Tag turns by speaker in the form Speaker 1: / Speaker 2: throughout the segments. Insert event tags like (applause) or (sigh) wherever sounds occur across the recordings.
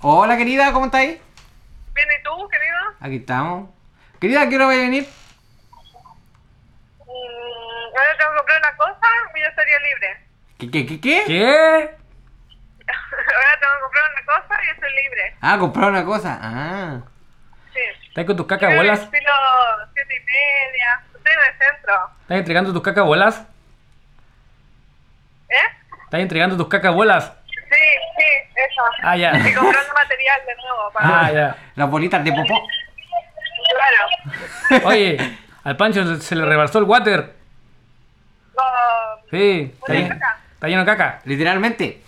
Speaker 1: Hola querida, ¿cómo estáis?
Speaker 2: Bien, ¿y tú, querido?
Speaker 1: Aquí estamos. Querida, ¿qué hora vais a venir?
Speaker 2: Mm, ahora tengo que comprar una cosa y yo estaría libre. (laughs)
Speaker 1: ¿Qué, qué, qué, qué?
Speaker 3: ¿Qué?
Speaker 2: ahora tengo que comprar una cosa y yo estoy libre.
Speaker 1: Ah, comprar una cosa. Ah.
Speaker 2: Sí.
Speaker 3: ¿Estás con tus
Speaker 2: Creo que
Speaker 3: cacabolas?
Speaker 2: Estilo siete y media. Estoy en el centro.
Speaker 3: ¿Estás entregando tus cacabolas?
Speaker 2: ¿Eh?
Speaker 3: ¿Estás entregando tus cacabolas?
Speaker 2: Sí, sí, eso.
Speaker 3: Ah, ya.
Speaker 2: Y comprando material de nuevo para...
Speaker 3: Ah, ya.
Speaker 1: Las bolitas de popó.
Speaker 2: Claro.
Speaker 3: Oye, al Pancho se- se le rebalsó el water.
Speaker 2: Con...
Speaker 3: Sí, está
Speaker 2: Una
Speaker 3: lleno,
Speaker 2: caca.
Speaker 3: está lleno de caca.
Speaker 1: Literalmente.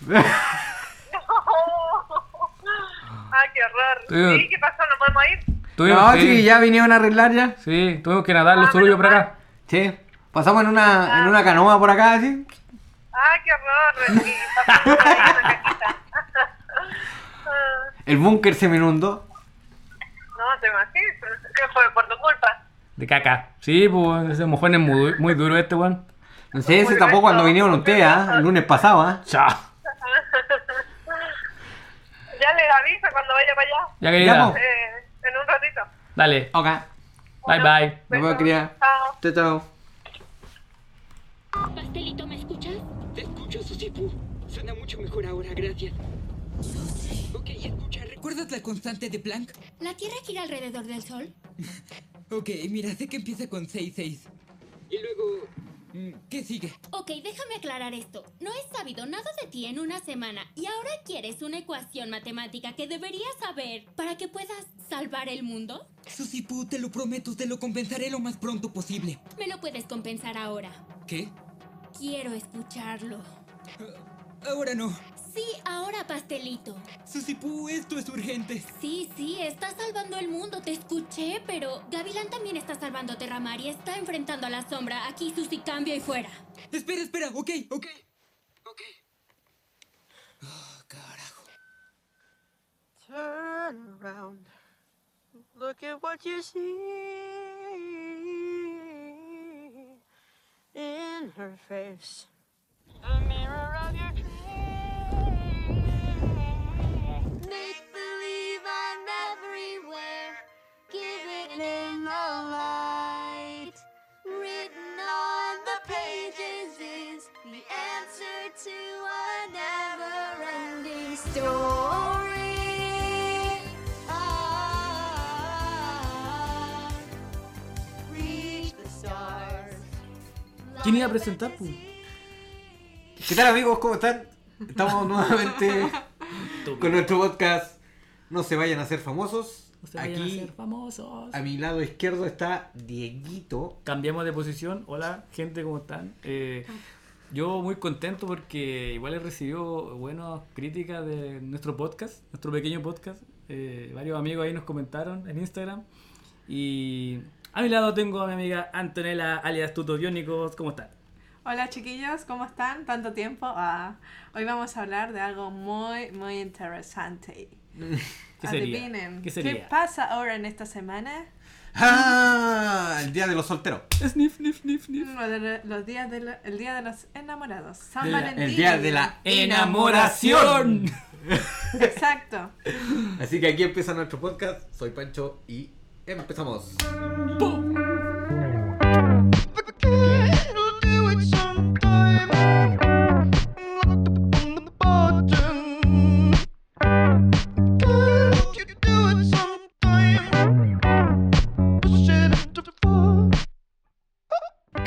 Speaker 2: Ah, qué horror.
Speaker 3: Sí.
Speaker 2: Sí, ¿qué pasó? ¿No podemos ir?
Speaker 3: Tuvimos,
Speaker 1: (laughs) no,
Speaker 3: sí,
Speaker 1: sí, ya vinieron a arreglar ya.
Speaker 3: sí, tuvimos que nadar
Speaker 2: Ah,
Speaker 3: los turullos
Speaker 2: menos
Speaker 3: para acá.
Speaker 1: Sí. Pasamos en una, en una canoa por acá, así.
Speaker 2: Ah, qué horror. Sí, pasó por ahí una cajita. Ah,
Speaker 1: El búnker se me inundó.
Speaker 2: No, te imaginas. ¿Qué fue? Por tu culpa.
Speaker 3: De caca. Sí, pues ese mojón es muy, du- muy duro este, weón.
Speaker 1: No sé, ese
Speaker 2: Muy
Speaker 1: tapó
Speaker 2: grueso.
Speaker 1: cuando vinieron ustedes, ¿ah? El lunes pasado, ¿ah?
Speaker 3: Chao.
Speaker 2: Ya les aviso cuando vaya para allá.
Speaker 3: Ya querida.
Speaker 1: Ya, po.
Speaker 2: Eh, en un ratito.
Speaker 3: Dale.
Speaker 1: Ok.
Speaker 3: Bye bye.
Speaker 1: Nos vemos,
Speaker 2: Besos.
Speaker 1: querida.
Speaker 2: Chao.
Speaker 1: Chao, chao.
Speaker 4: Pastelito, ¿me escuchas?
Speaker 5: Te escucho, Susipu. Suena mucho mejor ahora, gracias. Ok, escucha, ¿recuerdas la constante de Planck?
Speaker 4: ¿La Tierra gira alrededor del Sol?
Speaker 5: Ok, mira, sé que empieza con 6-6. Y luego... mm, ¿Qué sigue?
Speaker 4: Ok, déjame aclarar esto. No he sabido nada de ti en una semana y ahora quieres una ecuación matemática que deberías saber para que puedas salvar el mundo.
Speaker 5: Susipu, te lo prometo, te lo compensaré lo más pronto posible.
Speaker 4: Me lo puedes compensar ahora.
Speaker 5: ¿Qué?
Speaker 4: Quiero escucharlo.
Speaker 5: Ah, ahora no.
Speaker 4: Sí, ahora, pastelito.
Speaker 5: Susipu, esto es urgente.
Speaker 4: Sí, sí, estás salvando el mundo, te escuché, pero Gavilán también está salvando Terramar y está enfrentando a la sombra. Aquí, Susi, cambio y fuera.
Speaker 5: Espera, espera, ok, ok. Ok. Oh, carajo.
Speaker 6: Turn around. Look at what you see in her face. The mirror of your dreams. Make believe I'm everywhere. Give it in the light. Written on the pages is the answer to a never ending story. Ah, reach the stars.
Speaker 3: ¿Quién iba a presentar, pues? pu?
Speaker 1: ¿Qué tal, amigos? ¿Cómo están? Estamos (laughs) nuevamente con nuestro podcast No se vayan a ser famosos. Aquí,
Speaker 3: famosos.
Speaker 1: a mi lado izquierdo, está Dieguito.
Speaker 3: Cambiamos de posición. Hola, gente, ¿cómo están? Eh, yo muy contento porque igual he recibido buenas críticas de nuestro podcast, nuestro pequeño podcast. Eh, varios amigos ahí nos comentaron en Instagram. Y a mi lado tengo a mi amiga Antonella, alias Tuto Biónicos. ¿Cómo están?
Speaker 7: Hola chiquillos, ¿cómo están? Tanto tiempo. Ah, hoy vamos a hablar de algo muy, muy interesante.
Speaker 3: ¿Qué sería?
Speaker 7: Adivinen,
Speaker 3: ¿Qué sería?
Speaker 7: pasa ahora en esta semana?
Speaker 1: ¡Ah! El día de los solteros.
Speaker 3: Sniff, sniff, sniff, sniff.
Speaker 7: Uno de lo- los días de lo- el día de los enamorados, San
Speaker 3: De la- el
Speaker 7: Valentín.
Speaker 1: El día de la
Speaker 3: ¡Enamoración!
Speaker 7: Exacto.
Speaker 1: Así que aquí empieza nuestro podcast. Soy Pancho y empezamos.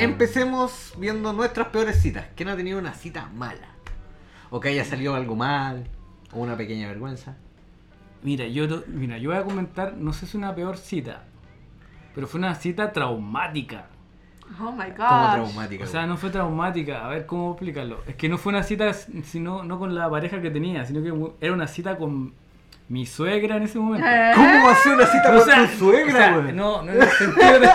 Speaker 1: Empecemos viendo nuestras peores citas. ¿Quién ha tenido una cita mala? O que haya salido algo mal. O una pequeña vergüenza.
Speaker 3: Mira, yo no- mira, yo voy a comentar, no sé si una peor cita, pero fue una cita traumática.
Speaker 7: Oh my
Speaker 1: Como
Speaker 7: god.
Speaker 1: traumática.
Speaker 3: Ah, O sea, no fue traumática, a ver cómo explicarlo. Es que no fue una cita sino no con la pareja que tenía, sino que era una cita con mi suegra en ese momento.
Speaker 7: ¿Eh?
Speaker 1: ¿Cómo va a ser una cita
Speaker 3: O
Speaker 1: con
Speaker 3: sea,
Speaker 1: tu
Speaker 3: o sea,
Speaker 1: suegra, güey?
Speaker 3: no, no en el sentido de-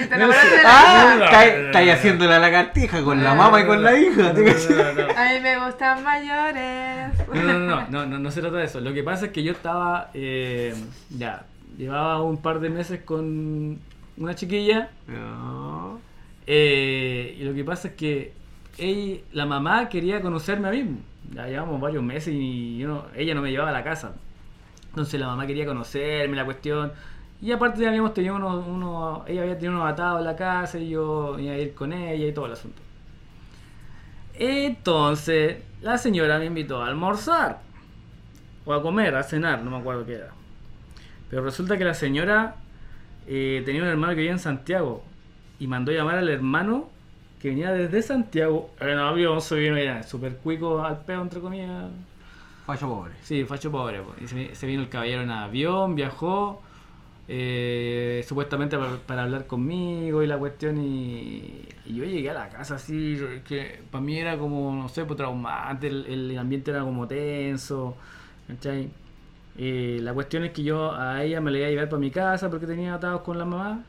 Speaker 7: Te
Speaker 3: no
Speaker 7: enamoraste
Speaker 3: sé.
Speaker 7: de la-
Speaker 1: Ah,
Speaker 3: No,
Speaker 1: estáis
Speaker 3: no,
Speaker 1: estáis
Speaker 3: no,
Speaker 1: haciendo la lagartija con (laughs) la mamá y con la hija.
Speaker 3: No, no, no, no.
Speaker 7: A mí me gustan mayores.
Speaker 3: No, no, no, no, no, no se trata de eso. Lo que pasa es que yo estaba, eh, ya, llevaba un par de meses con una chiquilla. Eh, y lo que pasa es que ella- la mamá quería conocerme a mí. ya llevamos varios meses y yo no- ella no me llevaba a la casa. Entonces la mamá quería conocerme, la cuestión. Y aparte habíamos tenido unos, unos- ella había tenido unos atados en la casa y yo iba a ir con ella y todo el asunto. Entonces, la señora me invitó a almorzar. O a comer, a cenar, no me acuerdo qué era. Pero resulta que la señora eh, tenía un hermano que vivía en Santiago. Y mandó llamar al hermano que venía desde Santiago. En avión se vino ya, súper cuico al peo, entre comillas.
Speaker 1: Fallo pobre.
Speaker 3: Sí, facho pobre. po. Y se, vi- se vino el caballero en avión, viajó, eh, supuestamente para, para hablar conmigo y la cuestión. Y, y yo llegué a la casa así, que para mí era como, no sé, pues, traumante, el, el ambiente era como tenso. ¿cachai? Eh, la cuestión es que yo a ella me la iba a llevar para mi casa porque tenía atados con la mamá.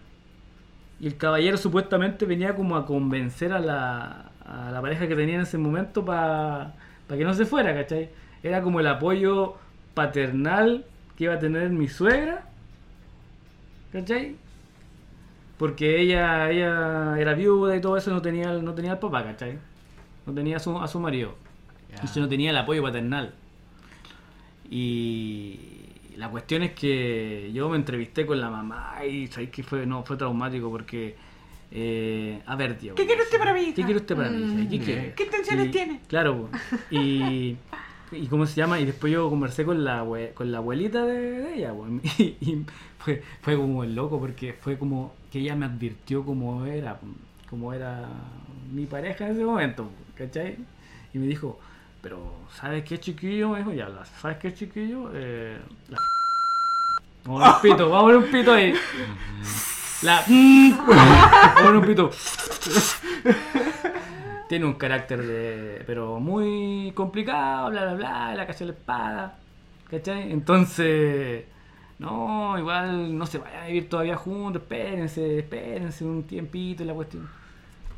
Speaker 3: Y el caballero supuestamente venía como a convencer a la, a la pareja que tenía en ese momento para que no se fuera, ¿cachai? Era como el apoyo paternal que iba a tener mi suegra, ¿cachai? Porque ella, ella era viuda y todo eso, no tenía, no tenía al papá, ¿cachai? No tenía a su, a su marido. Entonces no tenía el apoyo paternal. Y la cuestión es que yo me entrevisté con la mamá y sabéis que fue, no, fue traumático porque... eh, a ver, Diego.
Speaker 7: ¿Qué quiere usted para mí,
Speaker 3: ¿Qué
Speaker 7: hija?
Speaker 3: quiere usted para mí? hija? ¿Qué
Speaker 1: Mm.
Speaker 3: quiere?
Speaker 7: ¿Qué intenciones
Speaker 3: Y-
Speaker 7: tiene? (laughs)
Speaker 3: Claro, po. y, y cómo se llama, y después yo conversé con la, abue- con la abuelita de, de ella, po. (laughs) y, y fue, fue como el loco, porque fue como que ella me advirtió cómo era, cómo era mi pareja en ese momento, ¿cachai? Y me dijo, pero ¿sabes qué chiquillo? Me dijo, ya, la- ¿sabes qué chiquillo? Eh, la... Vamos a poner un pito, vamos a poner un pito
Speaker 7: (laughs)
Speaker 3: ahí. La... Vamos a poner un pito. Tiene un carácter de. pero muy complicado, bla bla bla, la cayó la espada. ¿Cachai? Entonces. No, igual no se vayan a vivir todavía juntos, espérense, espérense un tiempito y la cuestión.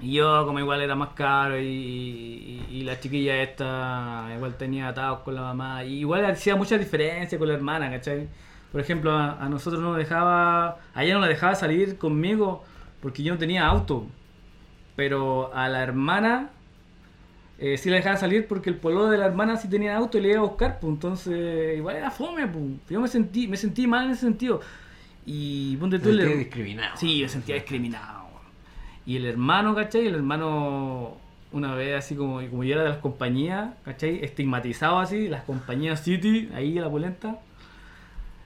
Speaker 3: Y yo, como igual era más caro y, y- y la chiquilla esta igual tenía atados con la mamá, y igual hacía muchas diferencias con la hermana, ¿cachai? Por ejemplo, a, a nosotros no nos dejaba, a ella no la dejaba salir conmigo porque yo no tenía auto, pero a la hermana eh, sí la dejaba salir porque el polo de la hermana sí tenía auto y le iba a buscar, pues entonces igual era fome, pues. Yo me sentí, me sentí mal en ese sentido. Y ponte tú
Speaker 1: Te
Speaker 3: el
Speaker 1: sentí
Speaker 3: her-
Speaker 1: discriminado. (laughs)
Speaker 3: Sí, yo sentía discriminado. weón. Y el hermano, ¿cachai? El hermano, una vez así como, como yo era de las compañías, ¿cachai? Estigmatizado así, las compañías City, ahí en la polenta.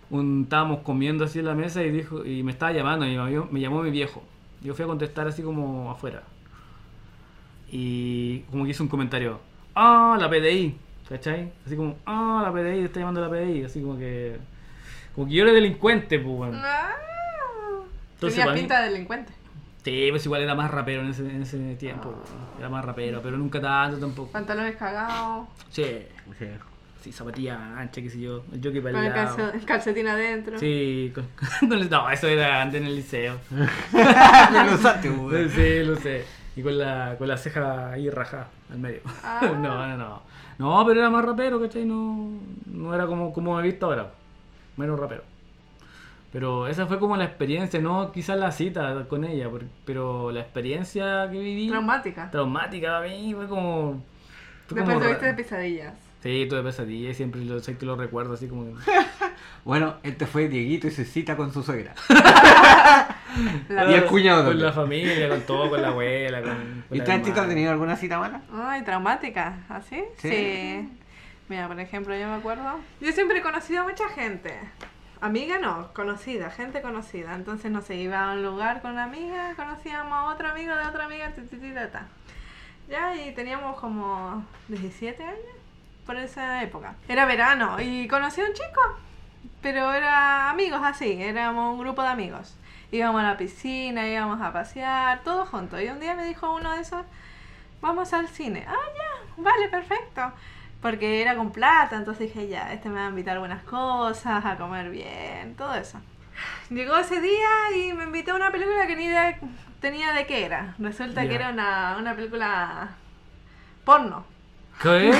Speaker 3: Un, estábamos comiendo así en la mesa y dijo y me estaba llamando, y me, me llamó mi viejo. Yo fui a contestar así como afuera. Y como que hizo un comentario, ¡Ah, la PDI! ¿Cachai? Así como, ¡Ah, la PDI! Te está llamando la PDI. Así como que... Como que yo era delincuente, pues, weón.
Speaker 7: Ah.
Speaker 3: Entonces,
Speaker 7: Tenía
Speaker 3: para mí-
Speaker 7: pinta de delincuente.
Speaker 3: Sí, pues igual era más rapero en ese, en ese tiempo.
Speaker 7: Ah.
Speaker 3: Era más rapero, pero nunca tanto tampoco.
Speaker 7: Pantalones cagados,
Speaker 3: Sí,
Speaker 1: Sí.
Speaker 3: sí, zapatilla ancha, qué sé yo. El jockey
Speaker 7: con
Speaker 3: para
Speaker 7: el
Speaker 3: el lado.
Speaker 7: calce- el calcetín adentro.
Speaker 3: Sí, con, (laughs) con el- No, eso era antes en el (laughs) liceo.
Speaker 1: Me lo usaste, güey.
Speaker 3: Sí, lo sé. Y con la, con la ceja ahí rajada, al medio.
Speaker 7: Ah.
Speaker 3: (laughs) No, no, no. No, pero era más rapero, ¿cachai? No, no era como, como he visto ahora. Menos rapero. Pero esa fue como la experiencia, no quizás la cita con ella, por- pero la experiencia que viví...
Speaker 7: Traumática.
Speaker 3: traumática para mí, fue como. fue como
Speaker 7: Después tuviste de
Speaker 3: raro.
Speaker 7: pesadillas.
Speaker 3: Sí, tuve pesadilla y siempre lo, sé que lo recuerdo así como. que-
Speaker 1: Bueno, este fue Dieguito y su cita con su suegra.
Speaker 7: La-
Speaker 1: Y el cuñado
Speaker 3: Con
Speaker 1: también.
Speaker 3: la familia, con todo, con la abuela, con. con
Speaker 1: ¿Y
Speaker 3: la
Speaker 1: tú, Anchito, has
Speaker 3: hermana.
Speaker 1: tenido alguna cita mala?
Speaker 7: Ay, traumática, ¿así?
Speaker 1: Sí.
Speaker 7: Sí. Mira, por ejemplo, yo me acuerdo. Yo siempre he conocido a mucha gente. Amiga no, conocida, gente conocida. Entonces, no sé, iba a un lugar con una amiga, conocíamos a otro amigo de otra amiga, ti, ti, ti, ta, ta. Ya, y teníamos como 17 años por esa época. Era verano y conocí a un chico, pero era amigos así, éramos un grupo de amigos. Íbamos a la piscina, íbamos a pasear, todo juntos. Y un día me dijo uno de esos, vamos al cine. Ah, ya, vale, perfecto. Porque era con plata, entonces dije, ya, este me va a invitar a buenas cosas, a comer bien, todo eso. Llegó ese día y me invitó a una película que ni idea tenía de qué era. Resulta
Speaker 3: Ya.
Speaker 7: que era una, una película porno.
Speaker 3: ¿Qué?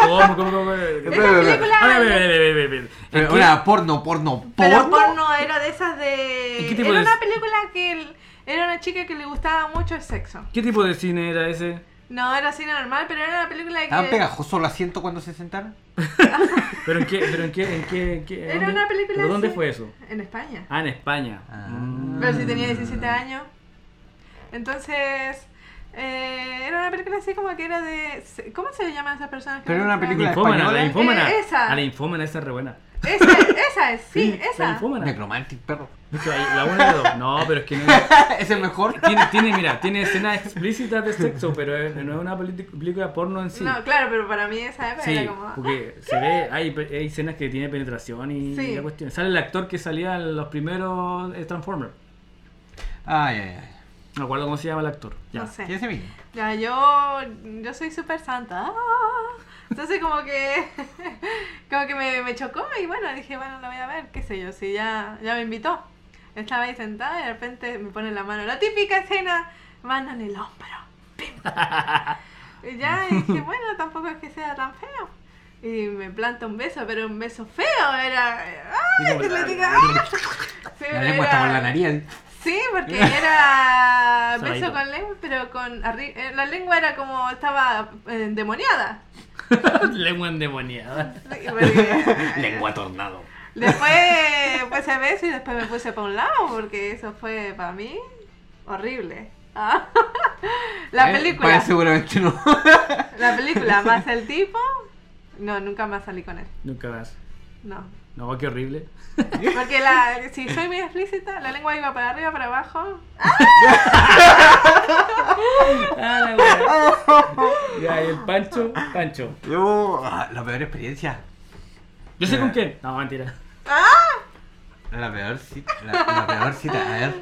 Speaker 3: ¿Cómo, cómo, cómo?
Speaker 1: Pero,
Speaker 7: Esa
Speaker 1: pero,
Speaker 7: película...
Speaker 3: Ay, ve, ve, ve, ve, ve, ve.
Speaker 1: Pero, una porno, porno,
Speaker 7: Pero
Speaker 1: porno.
Speaker 7: porno era de esas de...
Speaker 3: ¿Y qué tipo
Speaker 7: era
Speaker 3: de-
Speaker 7: una película que el- era una chica que le gustaba mucho el sexo.
Speaker 3: ¿Qué tipo de cine era ese?
Speaker 7: No, era cine normal, pero era una película que...
Speaker 1: ¿Estaban pegajoso el asiento cuando se sentaron?
Speaker 3: ¿Pero en qué? ¿Pero en qué? ¿En qué? en qué-
Speaker 7: Era
Speaker 3: dónde-
Speaker 7: una película
Speaker 3: ¿Pero dónde
Speaker 7: así.
Speaker 3: fue eso?
Speaker 7: En España.
Speaker 3: Ah, en España.
Speaker 1: Ah.
Speaker 3: Mm.
Speaker 7: Pero si tenía 17 años. Entonces, eh, era una película así como que era de... ¿Cómo se le llaman esas personas? que
Speaker 1: Pero era una
Speaker 7: mezclan?
Speaker 1: película-
Speaker 3: Infómana, la
Speaker 1: española.
Speaker 3: infómana.
Speaker 7: Eh, esa.
Speaker 3: A la infómana, esa es re buena.
Speaker 7: (laughs) Esa, esa es, sí,
Speaker 3: La
Speaker 7: esa.
Speaker 3: infómana.
Speaker 1: Necromantic, perro. (laughs)
Speaker 3: Es que hay La una y la dos. No, pero es que no.
Speaker 1: es el mejor.
Speaker 3: Tiene, tiene, mira, tiene escenas explícitas de sexo, pero es- no es una película- película porno en sí.
Speaker 7: No, claro, pero para mí esa época
Speaker 3: Sí,
Speaker 7: era como...
Speaker 3: porque se ve, hay, pe- hay escenas que tiene penetración y
Speaker 7: Sí.
Speaker 3: la cuestión. Sale el actor que salía en los primeros eh, Transformers.
Speaker 1: Ay, ay, ay.
Speaker 3: No me acuerdo cómo se llama el actor. Ya.
Speaker 7: No sé.
Speaker 1: ¿Y ese mismo?
Speaker 7: Ya, yo, yo soy súper santa. Ah. Entonces como que (laughs) como que me, me chocó y bueno, dije, bueno, lo voy a ver, qué sé yo, si ya, ya me invitó. Estaba ahí sentada y de repente me pone la mano, la típica escena, mano en el hombro. pim. Y ya
Speaker 1: (laughs)
Speaker 7: y dije, bueno, tampoco es que sea tan feo. Y me planta un beso, pero un beso feo era...
Speaker 3: Y
Speaker 7: ¡Ay,
Speaker 3: como-
Speaker 7: que le diga! Sí,
Speaker 1: La
Speaker 3: Eh,
Speaker 7: pero
Speaker 1: lengua
Speaker 7: era-
Speaker 1: está por la nariz.
Speaker 7: Sí, porque era
Speaker 3: Saladito.
Speaker 7: beso con lengua, pero con arri- eh, la lengua era como estaba eh, endemoniada.
Speaker 3: (laughs) Lengua endemoniada.
Speaker 7: Sí, porque-
Speaker 1: Lengua tornado.
Speaker 7: después puse beso y después me puse para un lado, porque eso fue para mí horrible. Ah. (laughs) la
Speaker 1: Eh,
Speaker 7: película,
Speaker 1: Para él seguramente no.
Speaker 7: la película más el tipo, no, nunca más salí con él.
Speaker 3: Nunca más.
Speaker 7: No.
Speaker 3: No, qué
Speaker 7: (laughs)
Speaker 3: horrible.
Speaker 7: Porque la, si soy muy explícita, la lengua iba para arriba, para abajo.
Speaker 3: Ah, la wea. ya, y el Pancho, Pancho.
Speaker 1: Yo, ah, la peor experiencia.
Speaker 3: Yo sé
Speaker 1: Ya.
Speaker 3: con quién. No, mentira.
Speaker 1: La peor cita. La, la peor cita. A ver.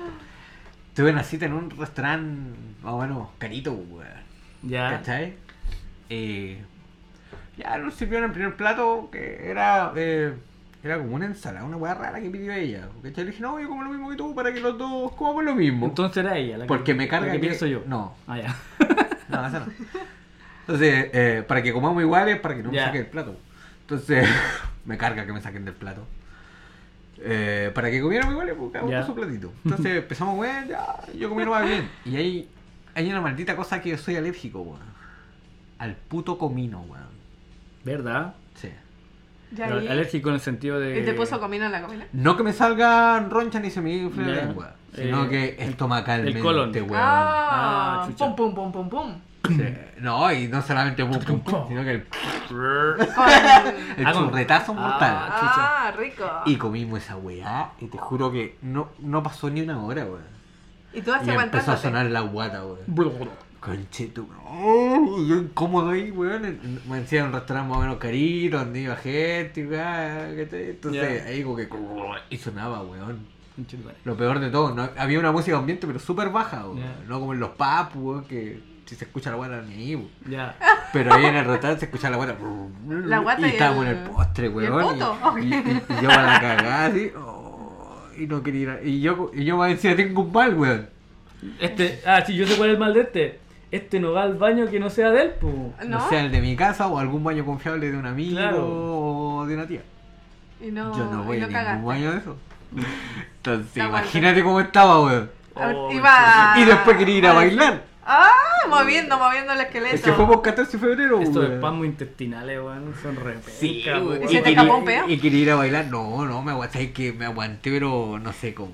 Speaker 1: Tuve una cita en un restaurante más o menos carito, weón.
Speaker 3: Ya.
Speaker 1: ¿Cachai? Eh, ya nos sirvieron el primer plato que era. eh, era como una ensalada, una weá rara que pidió ella. ¿Cachai? Le dije, no, yo como lo mismo que tú para que los dos comamos lo mismo.
Speaker 3: Entonces era ella. La que-
Speaker 1: Porque me carga
Speaker 3: la que,
Speaker 1: que-
Speaker 3: pienso yo.
Speaker 1: no.
Speaker 3: Ah, ya.
Speaker 1: No, esa no. Entonces, eh, para que comamos iguales, para que no
Speaker 3: Ya.
Speaker 1: me saquen el plato. Entonces, (laughs) me carga que me saquen del plato. Eh, para que comiéramos iguales, pues cada uno
Speaker 3: Ya.
Speaker 1: su platito.
Speaker 3: (laughs)
Speaker 1: Entonces empezamos, weón, ya, yo comí más bien. Y ahí hay una maldita cosa que yo soy alérgico, weón. Al puto comino, weón.
Speaker 3: ¿Verdad?
Speaker 1: Sí.
Speaker 7: Ya
Speaker 3: Pero
Speaker 7: ahí-
Speaker 3: alérgico en el sentido de.
Speaker 7: y te puso comino en la comida.
Speaker 1: No que me salgan ronchas ni se me infle la
Speaker 3: Ya.
Speaker 1: lengua, sino
Speaker 3: Eh,
Speaker 1: que estomacalmente,
Speaker 3: colon.
Speaker 1: weón.
Speaker 7: Ah,
Speaker 3: Ah, chucha.
Speaker 7: pum, pum, pum, pum, (laughs) pum.
Speaker 1: Sí. No, y no solamente pum, pum,
Speaker 3: (laughs)
Speaker 1: pum, sino que el,
Speaker 7: Con-
Speaker 1: el
Speaker 3: Ah, con-
Speaker 1: churretazo
Speaker 3: Ah,
Speaker 1: mortal.
Speaker 7: Ah, rico.
Speaker 1: Y comimos esa weá y te juro que no, no pasó ni una hora, weón.
Speaker 7: Y tú vas
Speaker 1: Y empezó a
Speaker 7: aguantándote.
Speaker 1: sonar la guata, weón. Conchetu, Y yo incómodo ahí, weón. en- en- Me decía en un restaurante más o menos carito, donde iba gente y weá, ¿cachai? Entonces
Speaker 3: Ya.
Speaker 1: ahí como que... Y sonaba, weón.
Speaker 3: Conche tu madre.
Speaker 1: Lo peor de todo, no- había una música ambiente pero súper baja, weón.
Speaker 3: Ya.
Speaker 1: No como en los papus, weón, que si se escucha la guata ni ahí, weón.
Speaker 3: Ya.
Speaker 1: Pero ahí en el restaurante se escuchaba la guata.
Speaker 7: La guata
Speaker 1: y
Speaker 7: y
Speaker 1: estábamos
Speaker 7: el-
Speaker 1: en el postre,
Speaker 7: y el
Speaker 1: weón.
Speaker 7: poto, ok.
Speaker 1: y, y yo para la cagada así. oh, y no quería ir. a- Y yo, y yo me decía, tengo un mal, weón.
Speaker 3: Este, ah, sí, yo sé cuál es el mal de este. Este no va al baño que no sea de él, po.
Speaker 1: No.
Speaker 7: ¿No?
Speaker 1: sea el de mi casa o algún baño confiable de un amigo
Speaker 3: Claro.
Speaker 1: o de una tía.
Speaker 7: Y no,
Speaker 1: yo no voy
Speaker 7: y
Speaker 1: a
Speaker 7: no
Speaker 1: ningún
Speaker 7: cagaste.
Speaker 1: baño de eso. Entonces,
Speaker 7: No aguanto.
Speaker 1: imagínate cómo estaba, weón.
Speaker 7: A ver,
Speaker 3: Oh,
Speaker 7: iba...
Speaker 1: Y después quería ir a bailar.
Speaker 7: ¡Ah! Moviendo, moviendo el esqueleto.
Speaker 1: Es que fuimos 14 de febrero,
Speaker 3: Estos
Speaker 1: weón.
Speaker 3: espasmos intestinales, weón, son re
Speaker 1: Sí,
Speaker 3: penca,
Speaker 1: weón.
Speaker 7: ¿Y
Speaker 3: weón.
Speaker 7: se te
Speaker 1: quería-
Speaker 7: escapó un peo?
Speaker 1: Y quería ir a bailar. No, no, me aguanté, que me aguanté, pero no sé cómo.